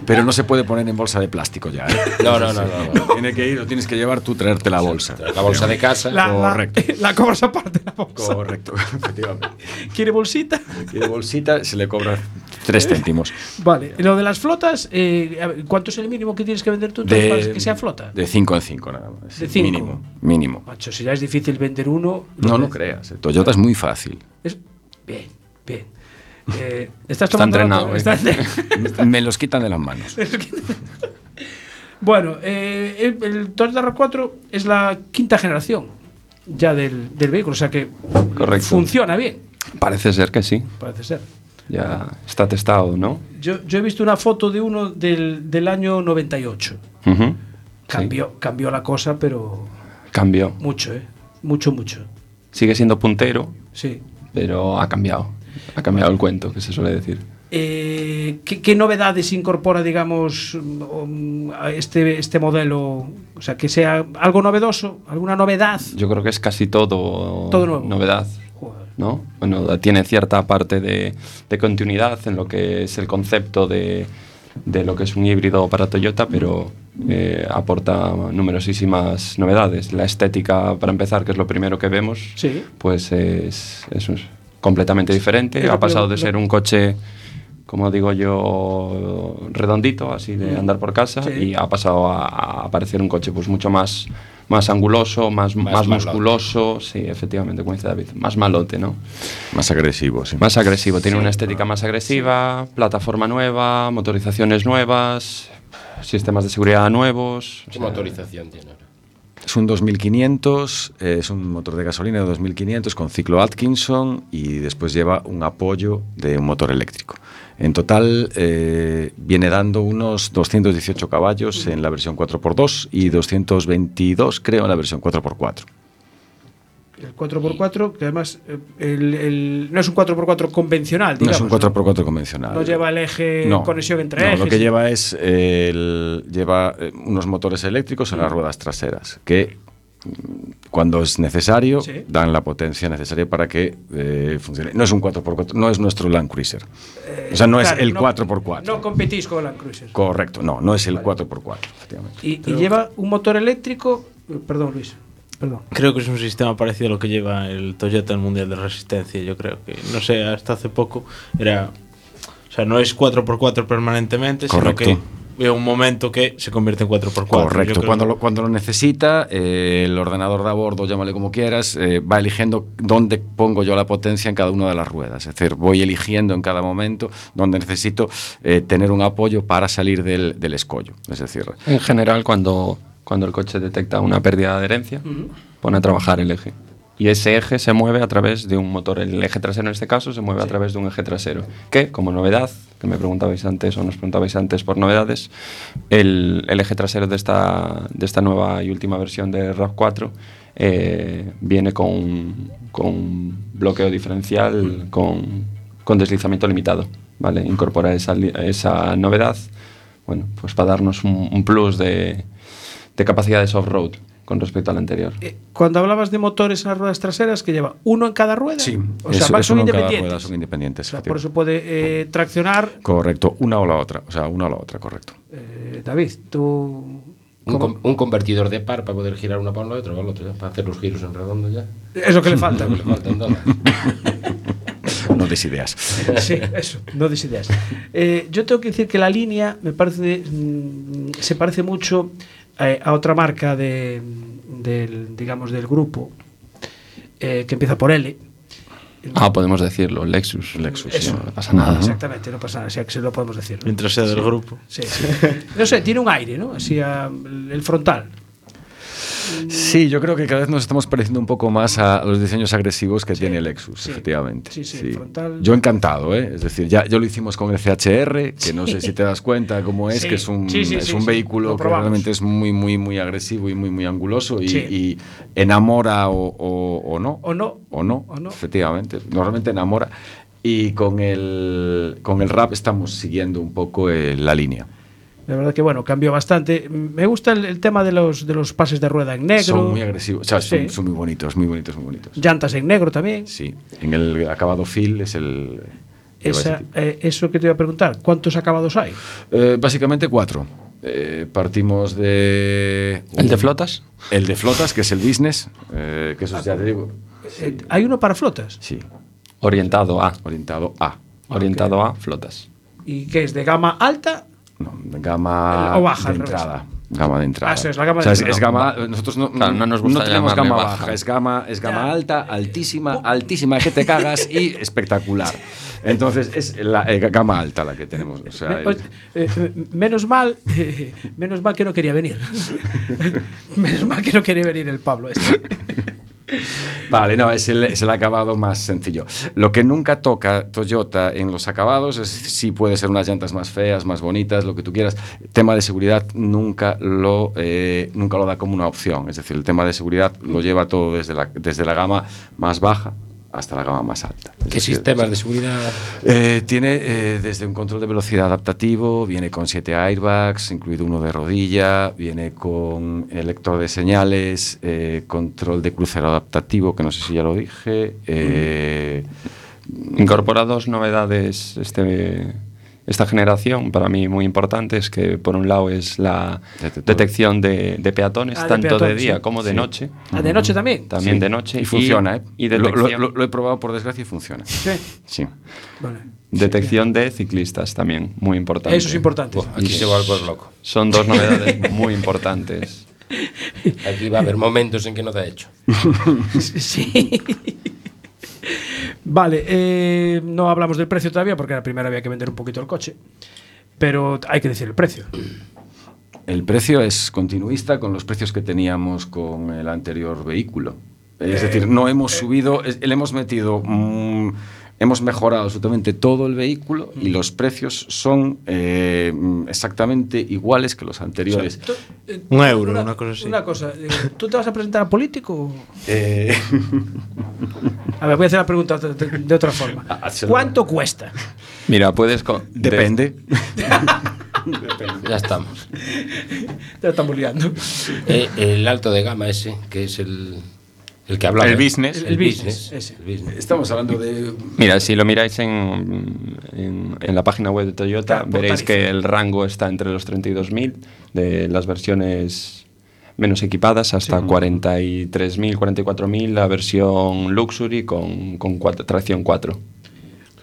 Pero no se puede poner en bolsa de plástico ya. ¿eh?
No, no, no, no, no.
Tiene que ir, lo tienes que llevar tú, traerte la bolsa.
La bolsa de casa. La- la-
correcto.
La, cobras aparte. La bolsa.
Correcto, efectivamente.
¿Quiere bolsita?
Quiere bolsita, se le cobra
¿Eh?
tres céntimos.
Vale. Lo de las flotas, eh, a ver, ¿cuánto es el mínimo que tienes que vender tú entonces, para que sea flota?
De 5 en 5 nada más.
De cinco. ¿Eh?
Mínimo, mínimo.
Macho, si ya es difícil vender uno.
No, no creas. eh. El Toyota es muy fácil.
Es... Bien, bien. Eh, ¿estás
Está
tomando
entrenado.
nota?
¿eh?
Estás-
Me los quitan de las manos.
Bueno, eh, el, el Toyota RAV4 es la quinta generación ya del, del vehículo, o sea que
Correcto.
funciona bien,
Parece ser que sí.
parece ser.
Ya está testado, ¿no?
Yo, yo he visto una foto de uno del, del año 98.
Ujú.
Cambió, cambió la cosa, pero
Cambió.
mucho, ¿eh? Mucho, mucho.
Sigue siendo puntero,
Sí.
pero ha cambiado. Ha cambiado el cuento, que se suele decir.
Eh, ¿qué, qué novedades incorpora, digamos, mm, um, a este, este modelo? O sea, que sea algo novedoso, alguna novedad.
Yo creo que es casi todo,
Todo nuevo.
novedad. ¿no? Bueno, tiene cierta parte de, de continuidad en lo que es el concepto de, de lo que es un híbrido para Toyota, pero eh, aporta numerosísimas novedades. La estética, para empezar, que es lo primero que vemos,
Sí.
pues es, es un- completamente
Es
diferente.
lo
Ha pasado
que-
de
lo-
ser un coche, como digo yo, redondito, así de
Mm.
andar por casa,
Sí.
y ha pasado a, a aparecer un coche pues mucho más, más anguloso, más,
Más
más
malote.
musculoso, sí, efectivamente, como dice David, más malote, ¿no?
Más agresivo, sí.
Más agresivo, tiene una estética más agresiva, plataforma nueva, motorizaciones nuevas, sistemas de seguridad nuevos.
¿Qué motorización tiene?
Es un 2500, eh, es un motor de gasolina de 2500 con ciclo Atkinson y después lleva un apoyo de un motor eléctrico. En total eh, viene dando unos 218 caballos en la versión 4x2 y 222 creo en la versión 4x4.
El 4x4, que además eh, el- el- no es un 4x4 convencional, digamos. Pues
no es un 4x4 convencional.
No lleva el eje
No,
conexión entre
no,
ejes.
Lo que lleva es eh, el- lleva eh, unos motores eléctricos
Mm.
en las ruedas traseras que mm, cuando es necesario
Sí.
dan la potencia necesaria para que eh, funcione. No es un 4x4, no es nuestro Land Cruiser. o sea, no es
Eh, Claro,
el 4x4.
No competís con Land Cruiser.
Correcto, no, no es el 4x4, efectivamente.
Y, y lleva un motor eléctrico. eh, Perdón, Luis. Perdón.
Creo que es un sistema parecido a lo que lleva el Toyota al Mundial de Resistencia. Yo creo que, no sé, hasta hace poco era. O sea, no es 4x4 permanentemente,
Correcto.
sino que veo un momento que se convierte en 4x4. Yo
Correcto,
creo
cuando lo, cuando lo necesita, eh, el ordenador de a bordo, llámale como quieras, eh, va eligiendo dónde pongo yo la potencia en cada una de las ruedas. Es decir, voy eligiendo en cada momento dónde necesito eh, tener un apoyo para salir del, del escollo. Es decir,
En general, cuando, cuando el coche detecta una pérdida de adherencia, pone a trabajar el eje. Y ese eje se mueve a través de un motor. El eje trasero en este caso se mueve a través de un eje trasero. Que, como novedad, que me preguntabais antes o nos preguntabais antes por novedades, el, el eje trasero de esta, de esta nueva y última versión de RAV4 eh, viene con, un- con un bloqueo diferencial con, con deslizamiento limitado. ¿vale? Incorpora esa, li- esa novedad bueno, pues para darnos un, un plus de, de capacidades off-road con respecto al anterior.
Cuando hablabas de motores en las ruedas traseras, que lleva uno en cada rueda. Sí. O sea,
es-
van-
es
son
uno en cada
independientes.
rueda, son independientes,
Por
efectivamente.
eso puede eh, traccionar.
Correcto, una o la otra, o sea, una o la otra, correcto.
eh, David, tú.
Un, con- un convertidor de par para poder girar una para un lado y otra para el otro, ya, para hacer los giros en redondo ya.
Es lo que le falta.
Lo que le falta, nada.
No des ideas.
Sí, eso, no des ideas. Eh, yo tengo que decir que la línea me parece mm, se parece mucho eh, a otra marca de, del, digamos, del grupo eh, que empieza por L.
Ah, podemos decirlo, Lexus.
Pues
Lexus,
Eso.
no, pasa nada. ¿no?
Exactamente, no pasa nada, o sea, que se lo podemos decir. ¿no?
Mientras sea del
Sí.
grupo.
Sí. no sé, tiene un aire, ¿no? Así a- el frontal.
Sí, yo creo que cada vez nos estamos pareciendo un poco más a los diseños agresivos que tiene Lexus, efectivamente.
Sí, sí,
Sí.
frontal.
Yo encantado, ¿eh? Es decir, ya, ya lo hicimos con el CHR, que no sé si te das cuenta cómo es,
Sí,
que es un,
sí, sí,
es
sí,
un
sí, lo
vehículo que
probamos.
realmente es muy, muy, muy agresivo y muy, muy anguloso y,
Sí.
y enamora o, o- o no.
O no.
O no,
O no.
efectivamente. Normalmente enamora. Y con el, con el rap estamos siguiendo un poco eh, la línea.
La verdad que bueno, cambió bastante. Me gusta el, el tema de los de los pases de rueda en negro.
Son muy agresivos, o sea, son-
Sí.
son muy bonitos, muy bonitos, muy bonitos.
Llantas en negro también.
Sí, en el acabado fill es el... que va
Esa,
ese tipo.
eh, eso que te iba a preguntar, ¿cuántos acabados hay?
Eh, básicamente cuatro. Eh, partimos de...
¿El de flotas?
El de flotas, que es el business, eh, que eso ya te digo.
Eh, ¿Hay uno para flotas?
Sí.
Orientado a.
Orientado a.
Orientado a flotas.
¿Y qué es? ¿De gama alta?
Gama
O baja,
de
al revés.
entrada. Gama de entrada.
Ah, eso es la gama
O sea,
de
es-
entrada.
es gama- eh, nosotros no,
Claro, no nos gusta
tenemos
llamarle
gama baja.
baja.
es gama, es gama alta, altísima, altísima, que te cagas y espectacular. Entonces es la eh, gama alta la que tenemos. o sea,
Me- o-
es-
eh, menos mal, eh, menos mal que no quería venir. menos mal que no quería venir el Pablo. este.
Vale, no, es el, es el acabado más sencillo. Lo que nunca toca Toyota en los acabados es si puede ser unas llantas más feas, más bonitas, lo que tú quieras. Tema de seguridad nunca lo, eh, nunca lo da como una opción. Es decir, el tema de seguridad lo lleva todo desde la, desde la gama más baja hasta la gama más alta. Es
¿Qué
decir,
sistemas de seguridad?
eh, tiene eh, desde un control de velocidad adaptativo, viene con siete airbags, incluido uno de rodilla, viene con el lector de señales, eh, control de crucero adaptativo, que no sé si ya lo dije. eh,
Incorpora dos novedades este, esta generación, para mí muy importantes, que por un lado es la detección de, de peatones,
Ah, de
tanto de,
peatones,
día
sí.
como de
Sí.
noche.
Ah, de noche también.
También
Sí.
de noche.
Y funciona, ¿eh?
Y
Lo- lo-
detección-
lo- lo he probado por desgracia y funciona.
Sí.
Sí.
Vale.
Detección de ciclistas también, muy importante.
Eso es importante. Buah, aquí
Y
se va a volver loco.
Son dos novedades muy importantes.
Aquí va a haber momentos en que no te ha hecho.
sí. Vale, eh, no hablamos del precio todavía porque la primera había que vender un poquito el coche. Pero hay que decir el precio.
El precio es continuista con los precios que teníamos con el anterior vehículo. Es decir, no hemos subido, es- le hemos metido mm, Hemos mejorado absolutamente todo el vehículo y los precios son eh, exactamente iguales que los anteriores.
Tú, eh,
Un euro, una cosa así.
Una cosa, eh, ¿tú te vas a presentar a político?
Eh,
A ver, voy a hacer la pregunta de- de de otra forma.
Ah,
¿Cuánto cuesta?
Mira, puedes. co-
Depende.
Ya estamos.
Ya estamos liando.
Eh, el alto de gama ese, que es el, el que hablaba.
El business.
El,
El
business.
business,
el business.
Estamos hablando de
Mira, si lo miráis en, en- en la página web de Toyota, veréis que el rango está entre los 32.000 de las versiones menos equipadas hasta 43.000, 44.000 la versión Luxury con, con cuatro- tracción 4.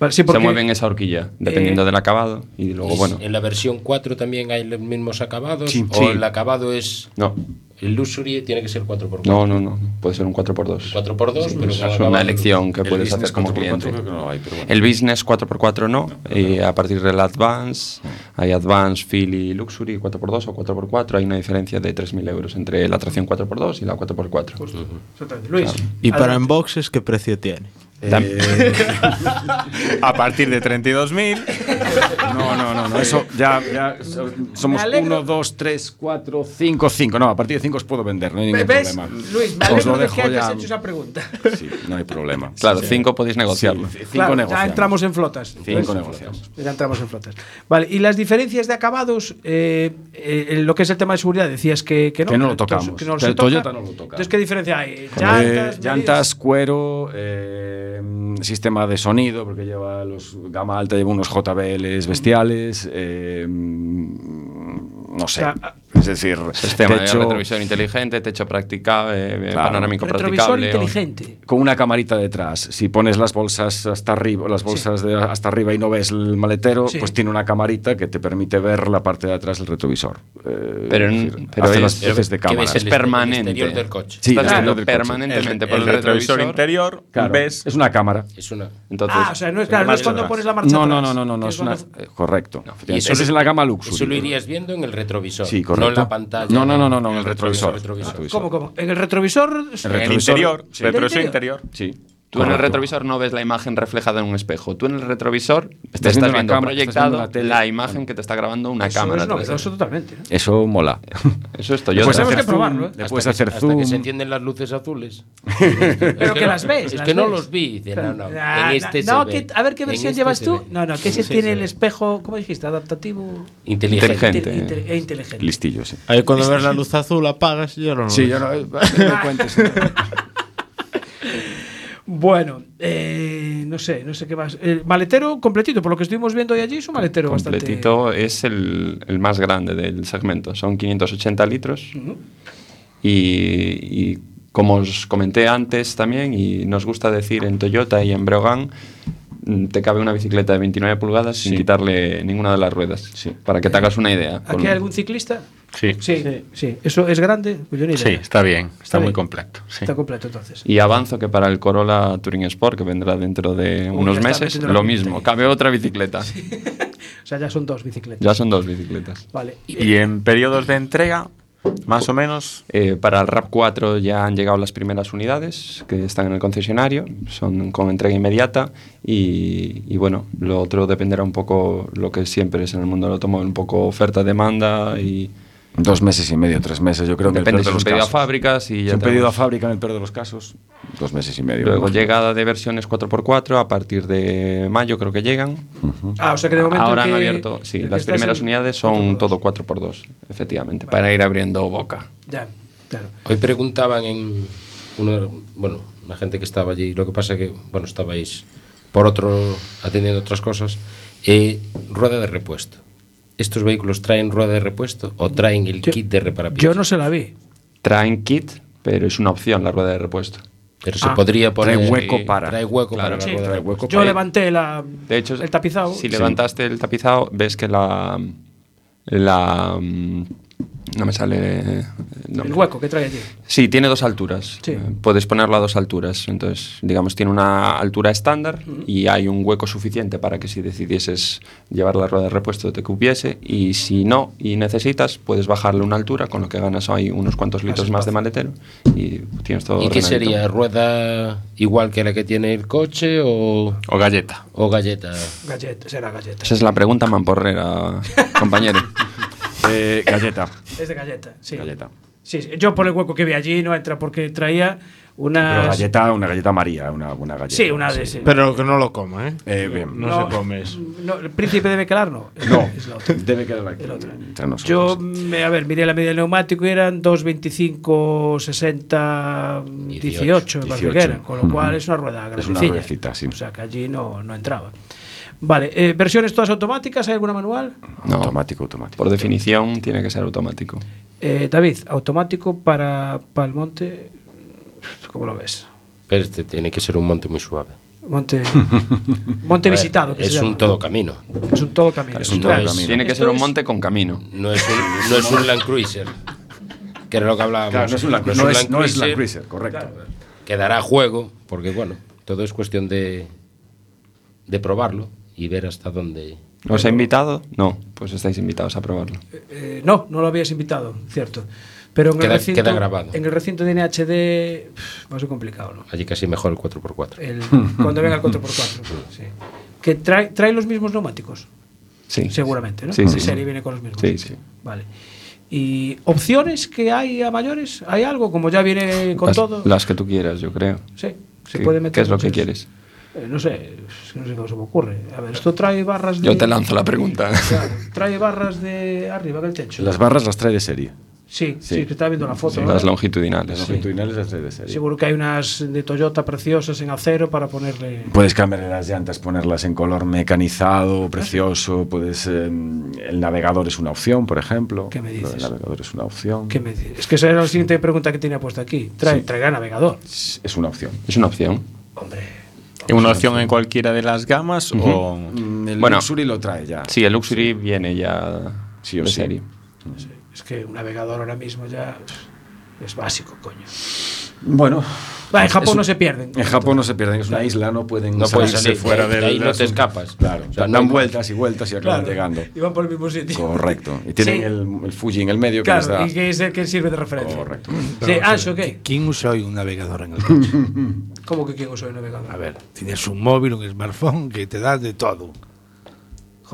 Vale, sí,
Se
porque-
mueve en esa horquilla, dependiendo
Eh,
del acabado y luego,
¿Y
bueno.
¿En la versión 4 también hay los mismos acabados?
Sí,
¿O
sí.
el acabado es.
No,
El Luxury tiene que ser 4x4?
no, no, no, puede ser un 4x2.
4x2,
Sí, esa
pero con
es
acabado-
una elección que
el
puedes
business
hacer como
4x4
cliente.
creo que no lo hay, pero bueno.
El business 4x4 no, y a partir del advance, hay advance, fill y luxury 4x2 o 4x4, hay una diferencia de 3.000 euros entre la tracción 4x2 y la 4x4.
Exactamente. Luis.
¿Y para
adelante.
unboxes qué precio tiene? Eh,
A partir de 32.000.
No, no, no, no, eso ya, ya so- somos
Me alegro-
1, 2, 3, 4, 5, 5. No, a partir de 5 os puedo vender, no hay ningún
¿Ves?
problema.
Luis, me
os lo
alegro de
dejo
que hayas
ya.
hecho esa pregunta.
Sí, no hay problema.
Claro, cinco podéis negociarlo.
Sí, cinco
Claro, ya
negociamos.
entramos en flotas.
Cinco
Entonces,
negociamos.
Ya entramos en flotas. Vale, y las diferencias de acabados, eh, eh, en lo que es el tema de seguridad, decías que, que no.
Que no lo
Entonces,
tocamos.
que no
O
se
sea, el
toca.
Toyota no lo toca.
Entonces, ¿qué diferencia hay?
Eh, Llantas,
Llantas,
llantas cuero, eh, sistema de sonido, porque lleva los gama alta, lleva unos JBLs bestiales, eh, no sé.
sea,
es decir,
Sistema de
techo-
retrovisor inteligente, techo practicable, eh,
Claro.
panorámico
Retrovisor
practicable. o-
inteligente.
Ah, con una camarita detrás. Si pones las bolsas hasta arriba, las bolsas de hasta arriba y no ves el maletero,
Sí.
pues tiene una camarita que te permite ver la parte de atrás del retrovisor. Eh,
Pero
es
en-
decir,
pero
hace
es-
las veces de
que
cámara.
ves el Es exterior- permanente.
exterior del coche.
Sí,
Estás viendo
el exterior del coche.
permanentemente El- por el el retrovisor retrovisor. interior, ves-
Es una cámara.
Es una.
Entonces,
Ah, o sea, no es, claro, no es cuando pones la marcha
No, no,
atrás.
no, no, no, no,
Es
es una-
cuando-
eh, correcto.
Y
eso es en la gama Luxury.
Eso lo irías viendo en el retrovisor.
Sí,
No
correcto.
en la pantalla.
No, no, no, no, no, en el retrovisor. eh.
¿Cómo, cómo? ¿En el retrovisor? ¿Del
Sí. Tú en el
Correcto.
retrovisor no ves la imagen reflejada en un espejo. Tú en el retrovisor te
viendo
estás
la
viendo
cámara, estás
proyectado
viendo la tele.
la, imagen que te está grabando una
Eso
cámara.
es
atrás.
novedoso totalmente. ¿eh?
Eso mola.
Eso es Toyota.
Después
Tenemos
hacer
que
zoom,
probarlo, ¿eh?
Después
Hasta
hacer
que- hasta
zoom.
que se entienden las luces azules.
Pero que, las ves.
Es
las
que no
ves.
los vi. Dice, no, no.
Ah,
en este
no,
se
que-
ve.
a ver qué
En
versión
este
llevas
se
tú.
ve.
No, no, que ese
Sí,
tiene
se
el
ve.
espejo, ¿cómo dijiste? Adaptativo.
Inteligente.
Inter- inter- e inteligente.
Listillo, sí.
Ahí cuando ves la luz azul apagas y ya no lo
Sí,
ves.
yo no, no cuentes.
Bueno, eh, no sé, no sé qué más. El maletero completito, por lo que estuvimos viendo hoy allí, es un maletero bastante.
completito es el, el más grande del segmento. Son 580 litros. Y, y como os comenté antes también, y nos gusta decir en Toyota y en Breogán, mm, te cabe una bicicleta de 29 pulgadas sin quitarle ninguna de las ruedas. Para que te hagas una idea.
¿Aquí hay algún ciclista?
Sí.
Sí, sí. ¿Eso es grande? Pues yo ni idea.
Sí, está bien. Está, muy
bien.
completo. sí.
Está completo, entonces.
Y avanzo que para el Corolla Touring Sport, que vendrá dentro de
Uy, ya
unos
está
meses,
metiendo la
lo
pimienta
mismo. Cabe otra bicicleta.
O sea, ya son dos bicicletas.
Ya son dos bicicletas.
Vale.
¿Y en periodos de entrega? Más o menos. Eh, para el RAP 4 ya han llegado las primeras unidades que están en el concesionario, son con entrega inmediata y, y bueno, lo otro dependerá un poco lo que siempre es en el mundo del automóvil, un poco oferta-demanda y
Dos meses y medio, tres meses, yo creo que en el
depende
peor de
si es un
los
pedido a
casos.
fábricas y
Si
ya
un pedido a
tenemos-
fábrica en el peor de los casos, dos meses y medio.
Luego llegada de versiones 4x4 a partir de mayo creo que llegan.
Ah, o sea que de momento.
Ahora
que-
han abierto, sí,
el que
las
está
primeras
es el-
unidades son todo 4x2, efectivamente, para ir abriendo boca.
Ya, claro.
Hoy preguntaban en uno, bueno, la gente que estaba allí, lo que pasa que, bueno, estabais por otro atendiendo otras cosas, eh, rueda de repuesto. ¿Estos vehículos traen rueda de repuesto o traen el kit de reparación?
Yo no se la vi.
Traen kit, pero es una opción la rueda de repuesto.
Pero se Ah. podría poner-
Trae
Sí,
hueco para.
trae hueco para la
Sí,
rueda de repuesto.
Yo levanté la,
De hecho,
el tapizado.
Si levantaste el tapizado, ves que la, la, mm, No me sale. eh,
El
nombre.
hueco que trae allí.
Sí, tiene dos alturas.
Sí.
Eh, Puedes ponerlo a dos alturas. Entonces, digamos, tiene una altura estándar y hay un hueco suficiente para que si decidieses llevar la rueda de repuesto te cupiese. Y si no y necesitas, puedes bajarle una altura, con lo que ganas hay unos cuantos litros más de maletero y tienes todo
¿Y qué
ordenadito.
sería? ¿Rueda igual que la que tiene el coche o...?
O galleta.
O galleta.
Galleta, será galleta.
Esa es la pregunta mamporrera, compañero.
Eh, galleta.
Es de galleta, sí.
Galleta.
Sí, sí. Yo por el hueco que vi allí no entra porque traía una.
Pero galleta, una galleta María, una, una galleta.
Ah, Sí, una de- sí.
Pero que no lo coma, ¿eh? bien.
No No. se come No, el príncipe debe quedar, no.
No,
Es la otra.
debe quedar aquí.
Es la otra.
Entre nosotros.
Yo, me- a ver, miré la media del neumático y eran 2.25, 60, 18, me parece que
18.
eran, con lo cual
Ujú.
es una rueda
Es una
grandecilla.
ruedecita, sí.
O sea, que allí no, no entraba. Vale, eh, ¿versiones todas automáticas? ¿Hay alguna manual?
Automático, automático.
Por definición, tiene que ser automático.
Eh, David, automático para Palmonte. ¿Cómo lo ves?
Pero este tiene que ser un monte muy suave.
Monte, monte
A ver,
visitado. Que
es
se
un
llama.
todo camino.
Es un todo camino.
Es un todo
Claro,
camino.
Tiene que
esto
ser un
es-
monte con camino.
No es un, no es un Land Cruiser. Que era lo que hablábamos.
Claro, no es un Land Cruiser. No es- no es Land Cruiser, correcto.
Quedará juego, porque bueno, todo es cuestión de, de probarlo y ver hasta dónde.
¿Os he invitado? No, pues estáis invitados a probarlo.
Eh, no, no lo habías invitado, cierto. Pero en
Queda-
el recinto,
queda grabado.
En el recinto tiene HD. pf, Va a ser complicado, ¿no?
Allí casi mejor el 4x4.
El- cuando venga el 4x4. sí. Que trae, trae los mismos neumáticos.
Sí.
Seguramente, ¿no?
Sí, sí.
La serie viene con los mismos.
Sí, sí.
Vale. ¿Y opciones que hay a mayores? ¿Hay algo? Como ya viene con
las,
todo.
las que tú quieras, yo creo.
Sí, se
¿Qué-
puede meter
¿Qué es lo que
muchas.
quieres?
Eh, no sé, es que no sé cómo se me ocurre. A ver, esto trae barras de.
Yo te lanzo la pregunta.
Claro, trae barras de arriba del techo.
Las barras las trae de serie.
Sí, sí, que estaba viendo la foto. ¿no?
Las longitudinales.
Las
sí.
longitudinales las trae de serie.
Seguro que hay unas de Toyota preciosas en acero para ponerle.
Puedes cambiarle las llantas, ponerlas en color mecanizado, precioso. Puedes, eh, el navegador es una opción, por ejemplo. ¿Qué me dices? El navegador es una opción.
¿Qué me dices? Es que esa era la siguiente pregunta que tenía puesta aquí. Trae,
Sí.
Traerá navegador.
Es una opción.
Es una opción.
¿Una opción en cualquiera de las gamas
Ujú.
o...?
Mm, El
Bueno.
Luxury lo trae ya.
Sí, el Luxury viene ya de serie.
Es que un navegador ahora mismo ya pff, es básico, coño.
Bueno.
Va, en Japón
es un-
no se pierden.
En Japón no se pierden, es una isla, no pueden
No pueden
salirse
salir,
fuera
de
del
ahí- de ahí no te
asunto.
escapas.
Claro,
O sea,
dan
no hay-
vueltas y vueltas y acaban
Claro.
llegando.
Y van por el mismo sitio.
Correcto. Y tienen
Sí.
el, el Fuji en el medio que les
Claro,
da.
y que es el que sirve de referencia. Correcto. Sí, ah,
Pero,
Ancho,
o sea,
¿qué?
¿Quién usa hoy un navegador en el coche?
¿Cómo que quién usa el navegador?
A ver, tienes un móvil, un smartphone que te da de todo.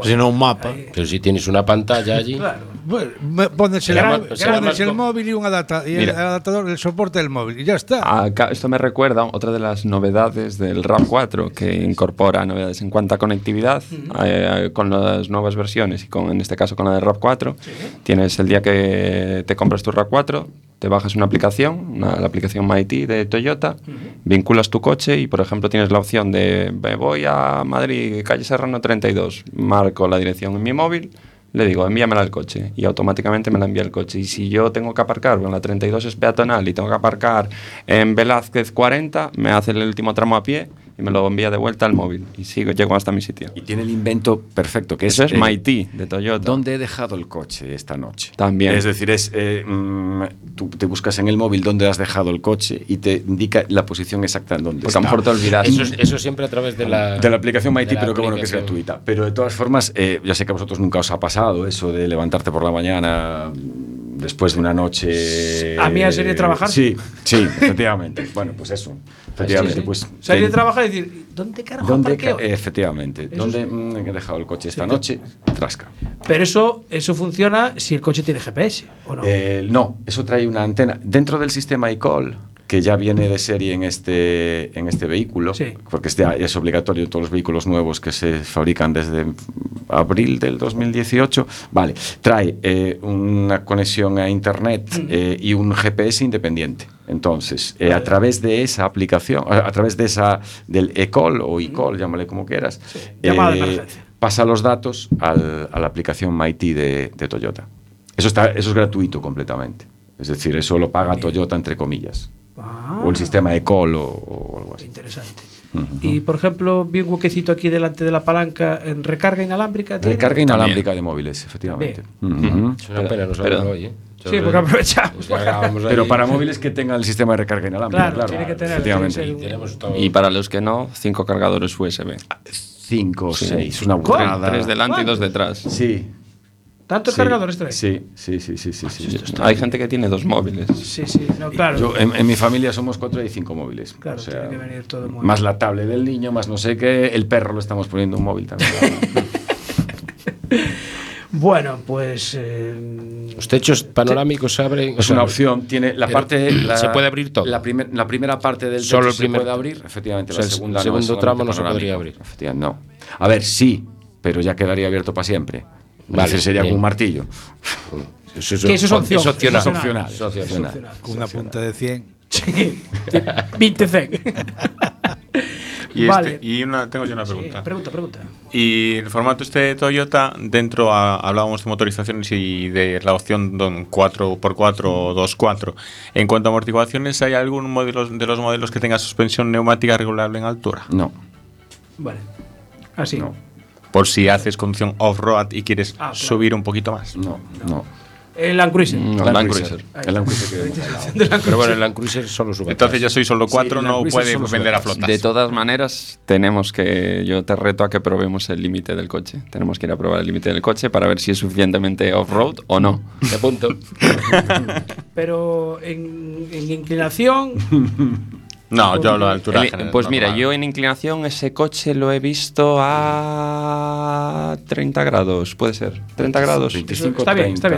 Si no, un mapa. Pero si tienes una pantalla allí.
Bueno, me- pones el,
Gran-
pones
gran-
el móvil y un adapta- y el
Mira.
adaptador, el soporte del móvil, y ya está.
Acá- esto me recuerda otra de las novedades del RAM 4 que incorpora novedades en cuanto a conectividad eh, con las nuevas versiones y con, en este caso con la del RAM 4. Tienes el día que te compras tu RAM 4, te bajas una aplicación, una- la aplicación MyT de Toyota, vinculas tu coche y por ejemplo tienes la opción de "Me voy a Madrid, calle Serrano 32, marco la dirección en mi móvil. Le digo, envíamela al coche y automáticamente me la envía el coche. Y si yo tengo que aparcar, bueno, la 32 es peatonal y tengo que aparcar en Velázquez 40, me hace el último tramo a pie y me lo envía de vuelta al móvil. Y sigo, llego hasta mi sitio.
Y tiene el invento perfecto, que
Eso es
eh,
Mighty de Toyota.
¿Dónde he dejado el coche esta noche?
También.
Es decir, es, eh, mm, tú te buscas en el móvil dónde has dejado el coche y te indica la posición exacta en donde
Porque Pues a lo
está.
mejor te olvidas.
Eso, es- eso siempre a través de la.
de la aplicación Mighty,
de la
pero que bueno que es
aplicación.
gratuita. Pero de todas formas, eh, ya sé que a vosotros nunca os ha pasado eso de levantarte por la mañana mm, después de una noche. eh,
¿A mí a salir a trabajar?
Sí, sí, efectivamente. bueno, pues eso. Efectivamente,
Sí, sí.
pues.
Salir
te-
de trabajar y decir, ¿dónde carajo
¿Dónde,
aparqueo?
ca- efectivamente,
Eso
¿dónde
es-
mm, he dejado el coche esta
Sí.
noche? Trasca.
Pero eso, eso funciona si el coche tiene GPS, ¿o no?
Eh, no, eso trae una antena. Dentro del sistema iCall, que ya viene de serie en este, en este vehículo, porque este ya es obligatorio en todos los vehículos nuevos que se fabrican desde abril del 2018, vale, trae eh, una conexión a Internet
Mm.
eh, y un GPS independiente. Entonces, eh, a través de esa aplicación, a, a través de esa del eCall o iCall, llámale como quieras, eh,
llamada de emergencia.
pasa los datos al- a la aplicación Mighty de, de Toyota. Eso, está, eso es gratuito completamente. Es decir, eso lo paga Toyota, entre comillas.
Ah,
O el sistema ECOL o, o algo así.
interesante. Y por ejemplo, vi un huequecito aquí delante de la palanca en recarga inalámbrica. ¿tiene?
Recarga inalámbrica de móviles, efectivamente. Ujú.
Es una pena no
Pero-
saberlo hoy, ¿eh? Yo
Sí,
lo-
porque aprovechamos.
Ya grabamos ahí.
Pero para móviles que tengan el sistema de recarga inalámbrica,
Claro,
claro.
tiene que tener,
efectivamente.
tiene que ser un-
Y para los que no, cinco cargadores USB.
Ah, Cinco, seis, una burrada.
Tres delante y dos detrás.
Sí.
¿Tantos
Sí,
cargadores trae?
Sí, sí, sí, sí, sí. sí.
Hay gente que tiene dos móviles.
Sí, sí, no, claro.
Yo, en, en mi familia somos cuatro y hay cinco móviles.
Claro,
O sea,
tiene que venir Eh, todo muy
más la tablet del niño, más no sé qué. El perro lo estamos poniendo un móvil también.
Bueno, pues. eh,
Los techos panorámicos se abren.
es una opción. Tiene la
Pero
parte. la-
se puede abrir todo.
La, primer- la primera parte del techo
Solo el primer-
se puede abrir. Efectivamente,
O sea,
la
el
segunda no es
segundo
solamente
tramo no se
panorámico.
podría abrir.
Efectivamente, no. A ver, sí, pero ya quedaría abierto para siempre.
Vale,
Vale, sería
bien.
con un martillo.
Eso
Que eso es opción.
opcional.
Es
opcional.
opcional. Con una punta de 100.
Sí, 20 cen.
Y,
Vale.
este- y una, tengo yo una pregunta.
pregunta, pregunta.
Y el formato este de Toyota, dentro a- hablábamos de motorizaciones y de la opción don- 4x4 o 2x4. En cuanto a amortiguaciones, ¿hay algún modelo de los modelos que tenga suspensión neumática regulable en altura?
No.
Vale. Así.
Por si haces conducción off-road y quieres
Ah, claro.
subir un poquito más.
No, no.
El Land Cruiser. Ahí. De
Pero
Land
bueno,
Cruiser.
el Land Cruiser solo sube.
Entonces ya soy solo
Sí,
cuatro,
el Land
no
Cruiser
puede
solo sube
vender a
atrás.
flotas.
De todas maneras, tenemos que. Yo te reto a que probemos el límite del coche. Tenemos que ir a probar el límite del coche para ver si es suficientemente off-road o no.
De punto.
Pero en, en inclinación.
No, yo hablo de altura.
El-
general,
pues mira,
normal.
yo en inclinación ese coche lo he visto a 30 grados, puede ser. 30 grados.
25, 30.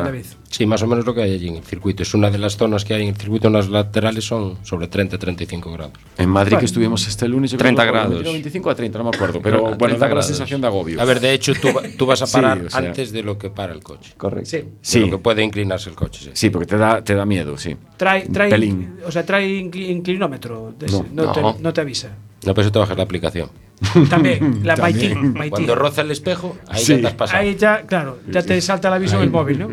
Sí, más o menos lo que hay allí en el circuito. Es una de las zonas que hay en el circuito, en las laterales son sobre 30-35 grados.
En Madrid que estuvimos este lunes, yo creo
30
que fue
grados.
25 a 30, no me acuerdo. Pero bueno, da la sensación de agobio.
A ver, de hecho, tú, va- tú vas a
Sí,
parar
o sea,
antes de lo que para el coche.
Correcto.
Sí.
Sí.
De lo que puede inclinarse el coche.
Sí, porque te da, te da miedo, sí.
Trae,
Un
trae,
pelín.
O sea, trae incli- inclinómetro. de ese.
No.
No,
No.
Te, no te avisa.
No, pero eso te bajas la aplicación.
También, la También. Mighty, Mighty.
Cuando roza el espejo, ahí
Sí.
ya te has pasado.
Ahí ya, claro, ya te salta el aviso
Ahí.
del móvil, ¿no?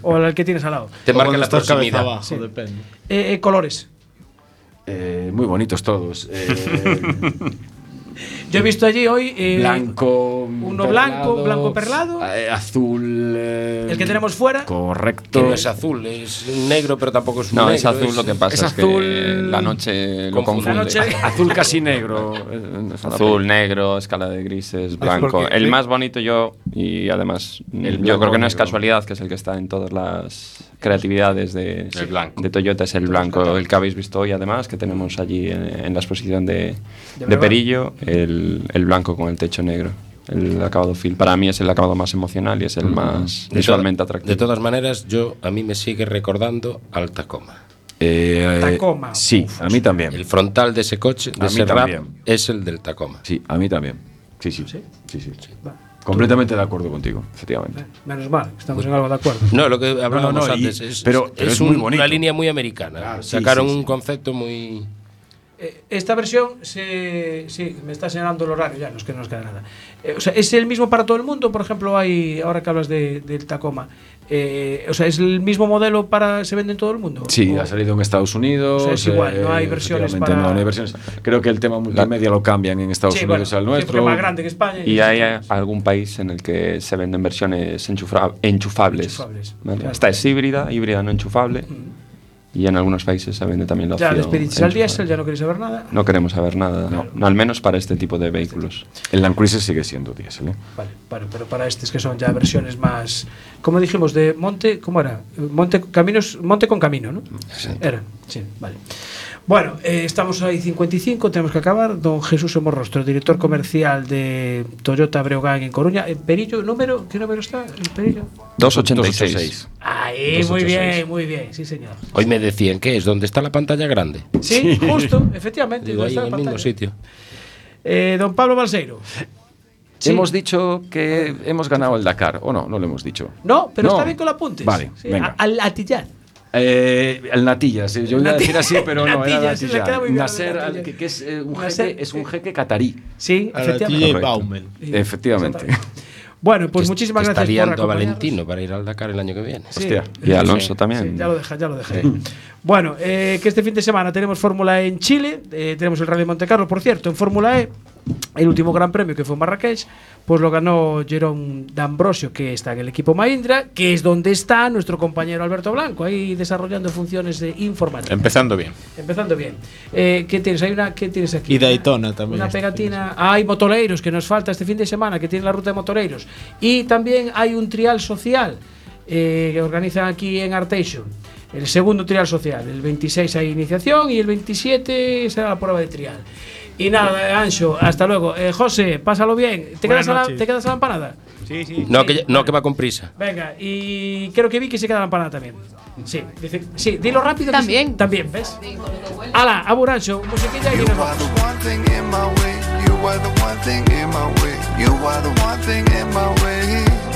O el que tienes al lado.
Te marca
cuando
la
estás cabeza
proximidad.
abajo,
Sí. Eh, eh, colores.
Eh, muy bonitos todos. Eh,
Yo he visto allí hoy. eh,
blanco.
Uno blanco, un blanco perlado.
eh, azul. eh,
El que tenemos fuera.
Correcto.
Que no es azul, es negro, pero tampoco es
No,
negro.
es azul lo que pasa es,
es
que
azul-
la
Eh,
noche lo
Confunde.
confunde.
La noche-
Azul casi negro. Eh,
Azul, negro, escala de grises, blanco.
porque-
el más bonito yo, y además, mm,
El
yo
blanco
creo que no es
negro.
casualidad, que es el que está en todas las creatividades de, de Toyota, es el blanco, el que habéis visto hoy además, que tenemos allí en, en la exposición de,
De
de
Breval.
Perillo, el, el blanco con el techo negro. El acabado film para mí es el acabado más emocional y es el más
Mm. De
visualmente
toda-
atractivo.
De todas maneras, yo a mí me sigue recordando al Tacoma.
Eh,
Tacoma.
Sí, a mí también.
El frontal de ese coche, de
A mí
ese Rap,
también.
es el del Tacoma.
Sí, a mí también. Sí, sí. sí, sí, sí. Completamente de acuerdo contigo, efectivamente.
Menos mal, estamos en algo de acuerdo.
No, lo que hablábamos
No, no, no, y-
antes. es,
pero- pero es
un-
muy bonito.
una línea muy americana.
sí,
Sacaron
sí, sí.
un concepto muy.
Eh, Esta versión, se, sí, me está señalando el horario, ya no es que no nos queda nada. Eh, o sea, ¿es el mismo para todo el mundo? Por ejemplo, hay, ahora que hablas de- del Tacoma, eh, o sea, ¿es el mismo modelo para, se vende en todo el mundo?
Sí, ha salido en Estados Unidos. eh,
O sea, es igual, no hay versiones
efectivamente,
para-
no, no hay versiones. Creo que el tema multimedia lo cambian en Estados
Sí,
Unidos
bueno,
al
sí, porque
nuestro.
es más grande que España y
Y
no sé
hay eh, algún país en el que se venden versiones enchufra- enchufables.
Enchufables,
¿vale?
claro. Mm.
Esta es híbrida, híbrida no enchufable. Y en algunos países se vende también la
Ya
opción.
despedisteis al
enchufable.
diésel, ya no queréis saber nada.
No queremos saber nada, no. al menos para este tipo de vehículos.
El Land Cruiser sigue siendo diésel. ¿eh?
Vale, vale, pero para estos que son ya versiones más, como dijimos, de monte, ¿cómo era? Eh, Monte, caminos, monte con camino, ¿no? Era, sí, vale. Bueno, eh, estamos ahí 55, tenemos que acabar. Don Jesús Somorrostro, director comercial de Toyota Breogán en Coruña. Eh, Perillo, ¿número? ¿Qué número está? ¿El Perillo?
286.
Eh,
Ahí, muy
286.
bien, muy bien, sí señor.
Hoy me decían, ¿qué es? ¿Dónde está la pantalla grande?
Sí, justo, efectivamente.
Digo,
¿dónde
ahí en
está
el
la
mismo
pantalla?
sitio.
Eh, don Pablo Balseiro. Sí.
Hemos dicho que hemos ganado el Dakar, o no, no lo hemos dicho.
No, pero
No.
está bien con la apuntes.
Vale,
Sí,
venga.
a- Al atillar.
Eh, el Natillas, eh, yo iba a
Nati-
decir así, pero no, era
Natillas, sí, le
Natillas.
queda muy bien,
Nasser,
Natillas.
al- que, que es, eh, un
Nasser,
jeque, es un jeque catarí.
Sí,
Correcto. Efectivamente.
Exactamente. Bueno, pues muchísimas
que está
gracias por
liando a
acompañarnos.
Valentino para ir al Dakar el año que viene.
Sí. Hostia, y a Alonso también. Sí, ya lo deja, ya lo deja. Bueno, eh, que este fin de semana tenemos Fórmula E en Chile, eh, tenemos el Rally de Monte Carlo, por cierto, en Fórmula E, el último gran premio que fue en Marrakech, pues lo ganó Jerón D'Ambrosio, que está en el equipo Mahindra, que es donde está nuestro compañero Alberto Blanco, ahí desarrollando funciones de informática.
Empezando bien.
Empezando bien. Eh, ¿Qué tienes? Hay una, ¿Qué tienes aquí?
Y Daytona también.
este
Una pegatina. Ah, Hay motoleiros que nos falta este fin de semana, que tiene la ruta de motoleiros. Y también hay un trial social eh, que organizan aquí en Arteixo. El segundo trial social. El 26 hay iniciación y el 27 será la prueba de trial. Y nada, eh, Ancho, hasta luego. Eh, José, pásalo bien. ¿Te
Buenas
quedas, a la,
noches.
¿Te quedas a la empanada?
Sí, sí.
No, que, ya- no, que va con prisa.
Venga, y creo que vi que se queda la empanada también. Sí, dice, sí, dilo rápido. También. también, ¿ves? Ala, aburancho, musiquilla y nos vamos.
one thing in my way. You are the one thing in my way. You are the one thing in my way.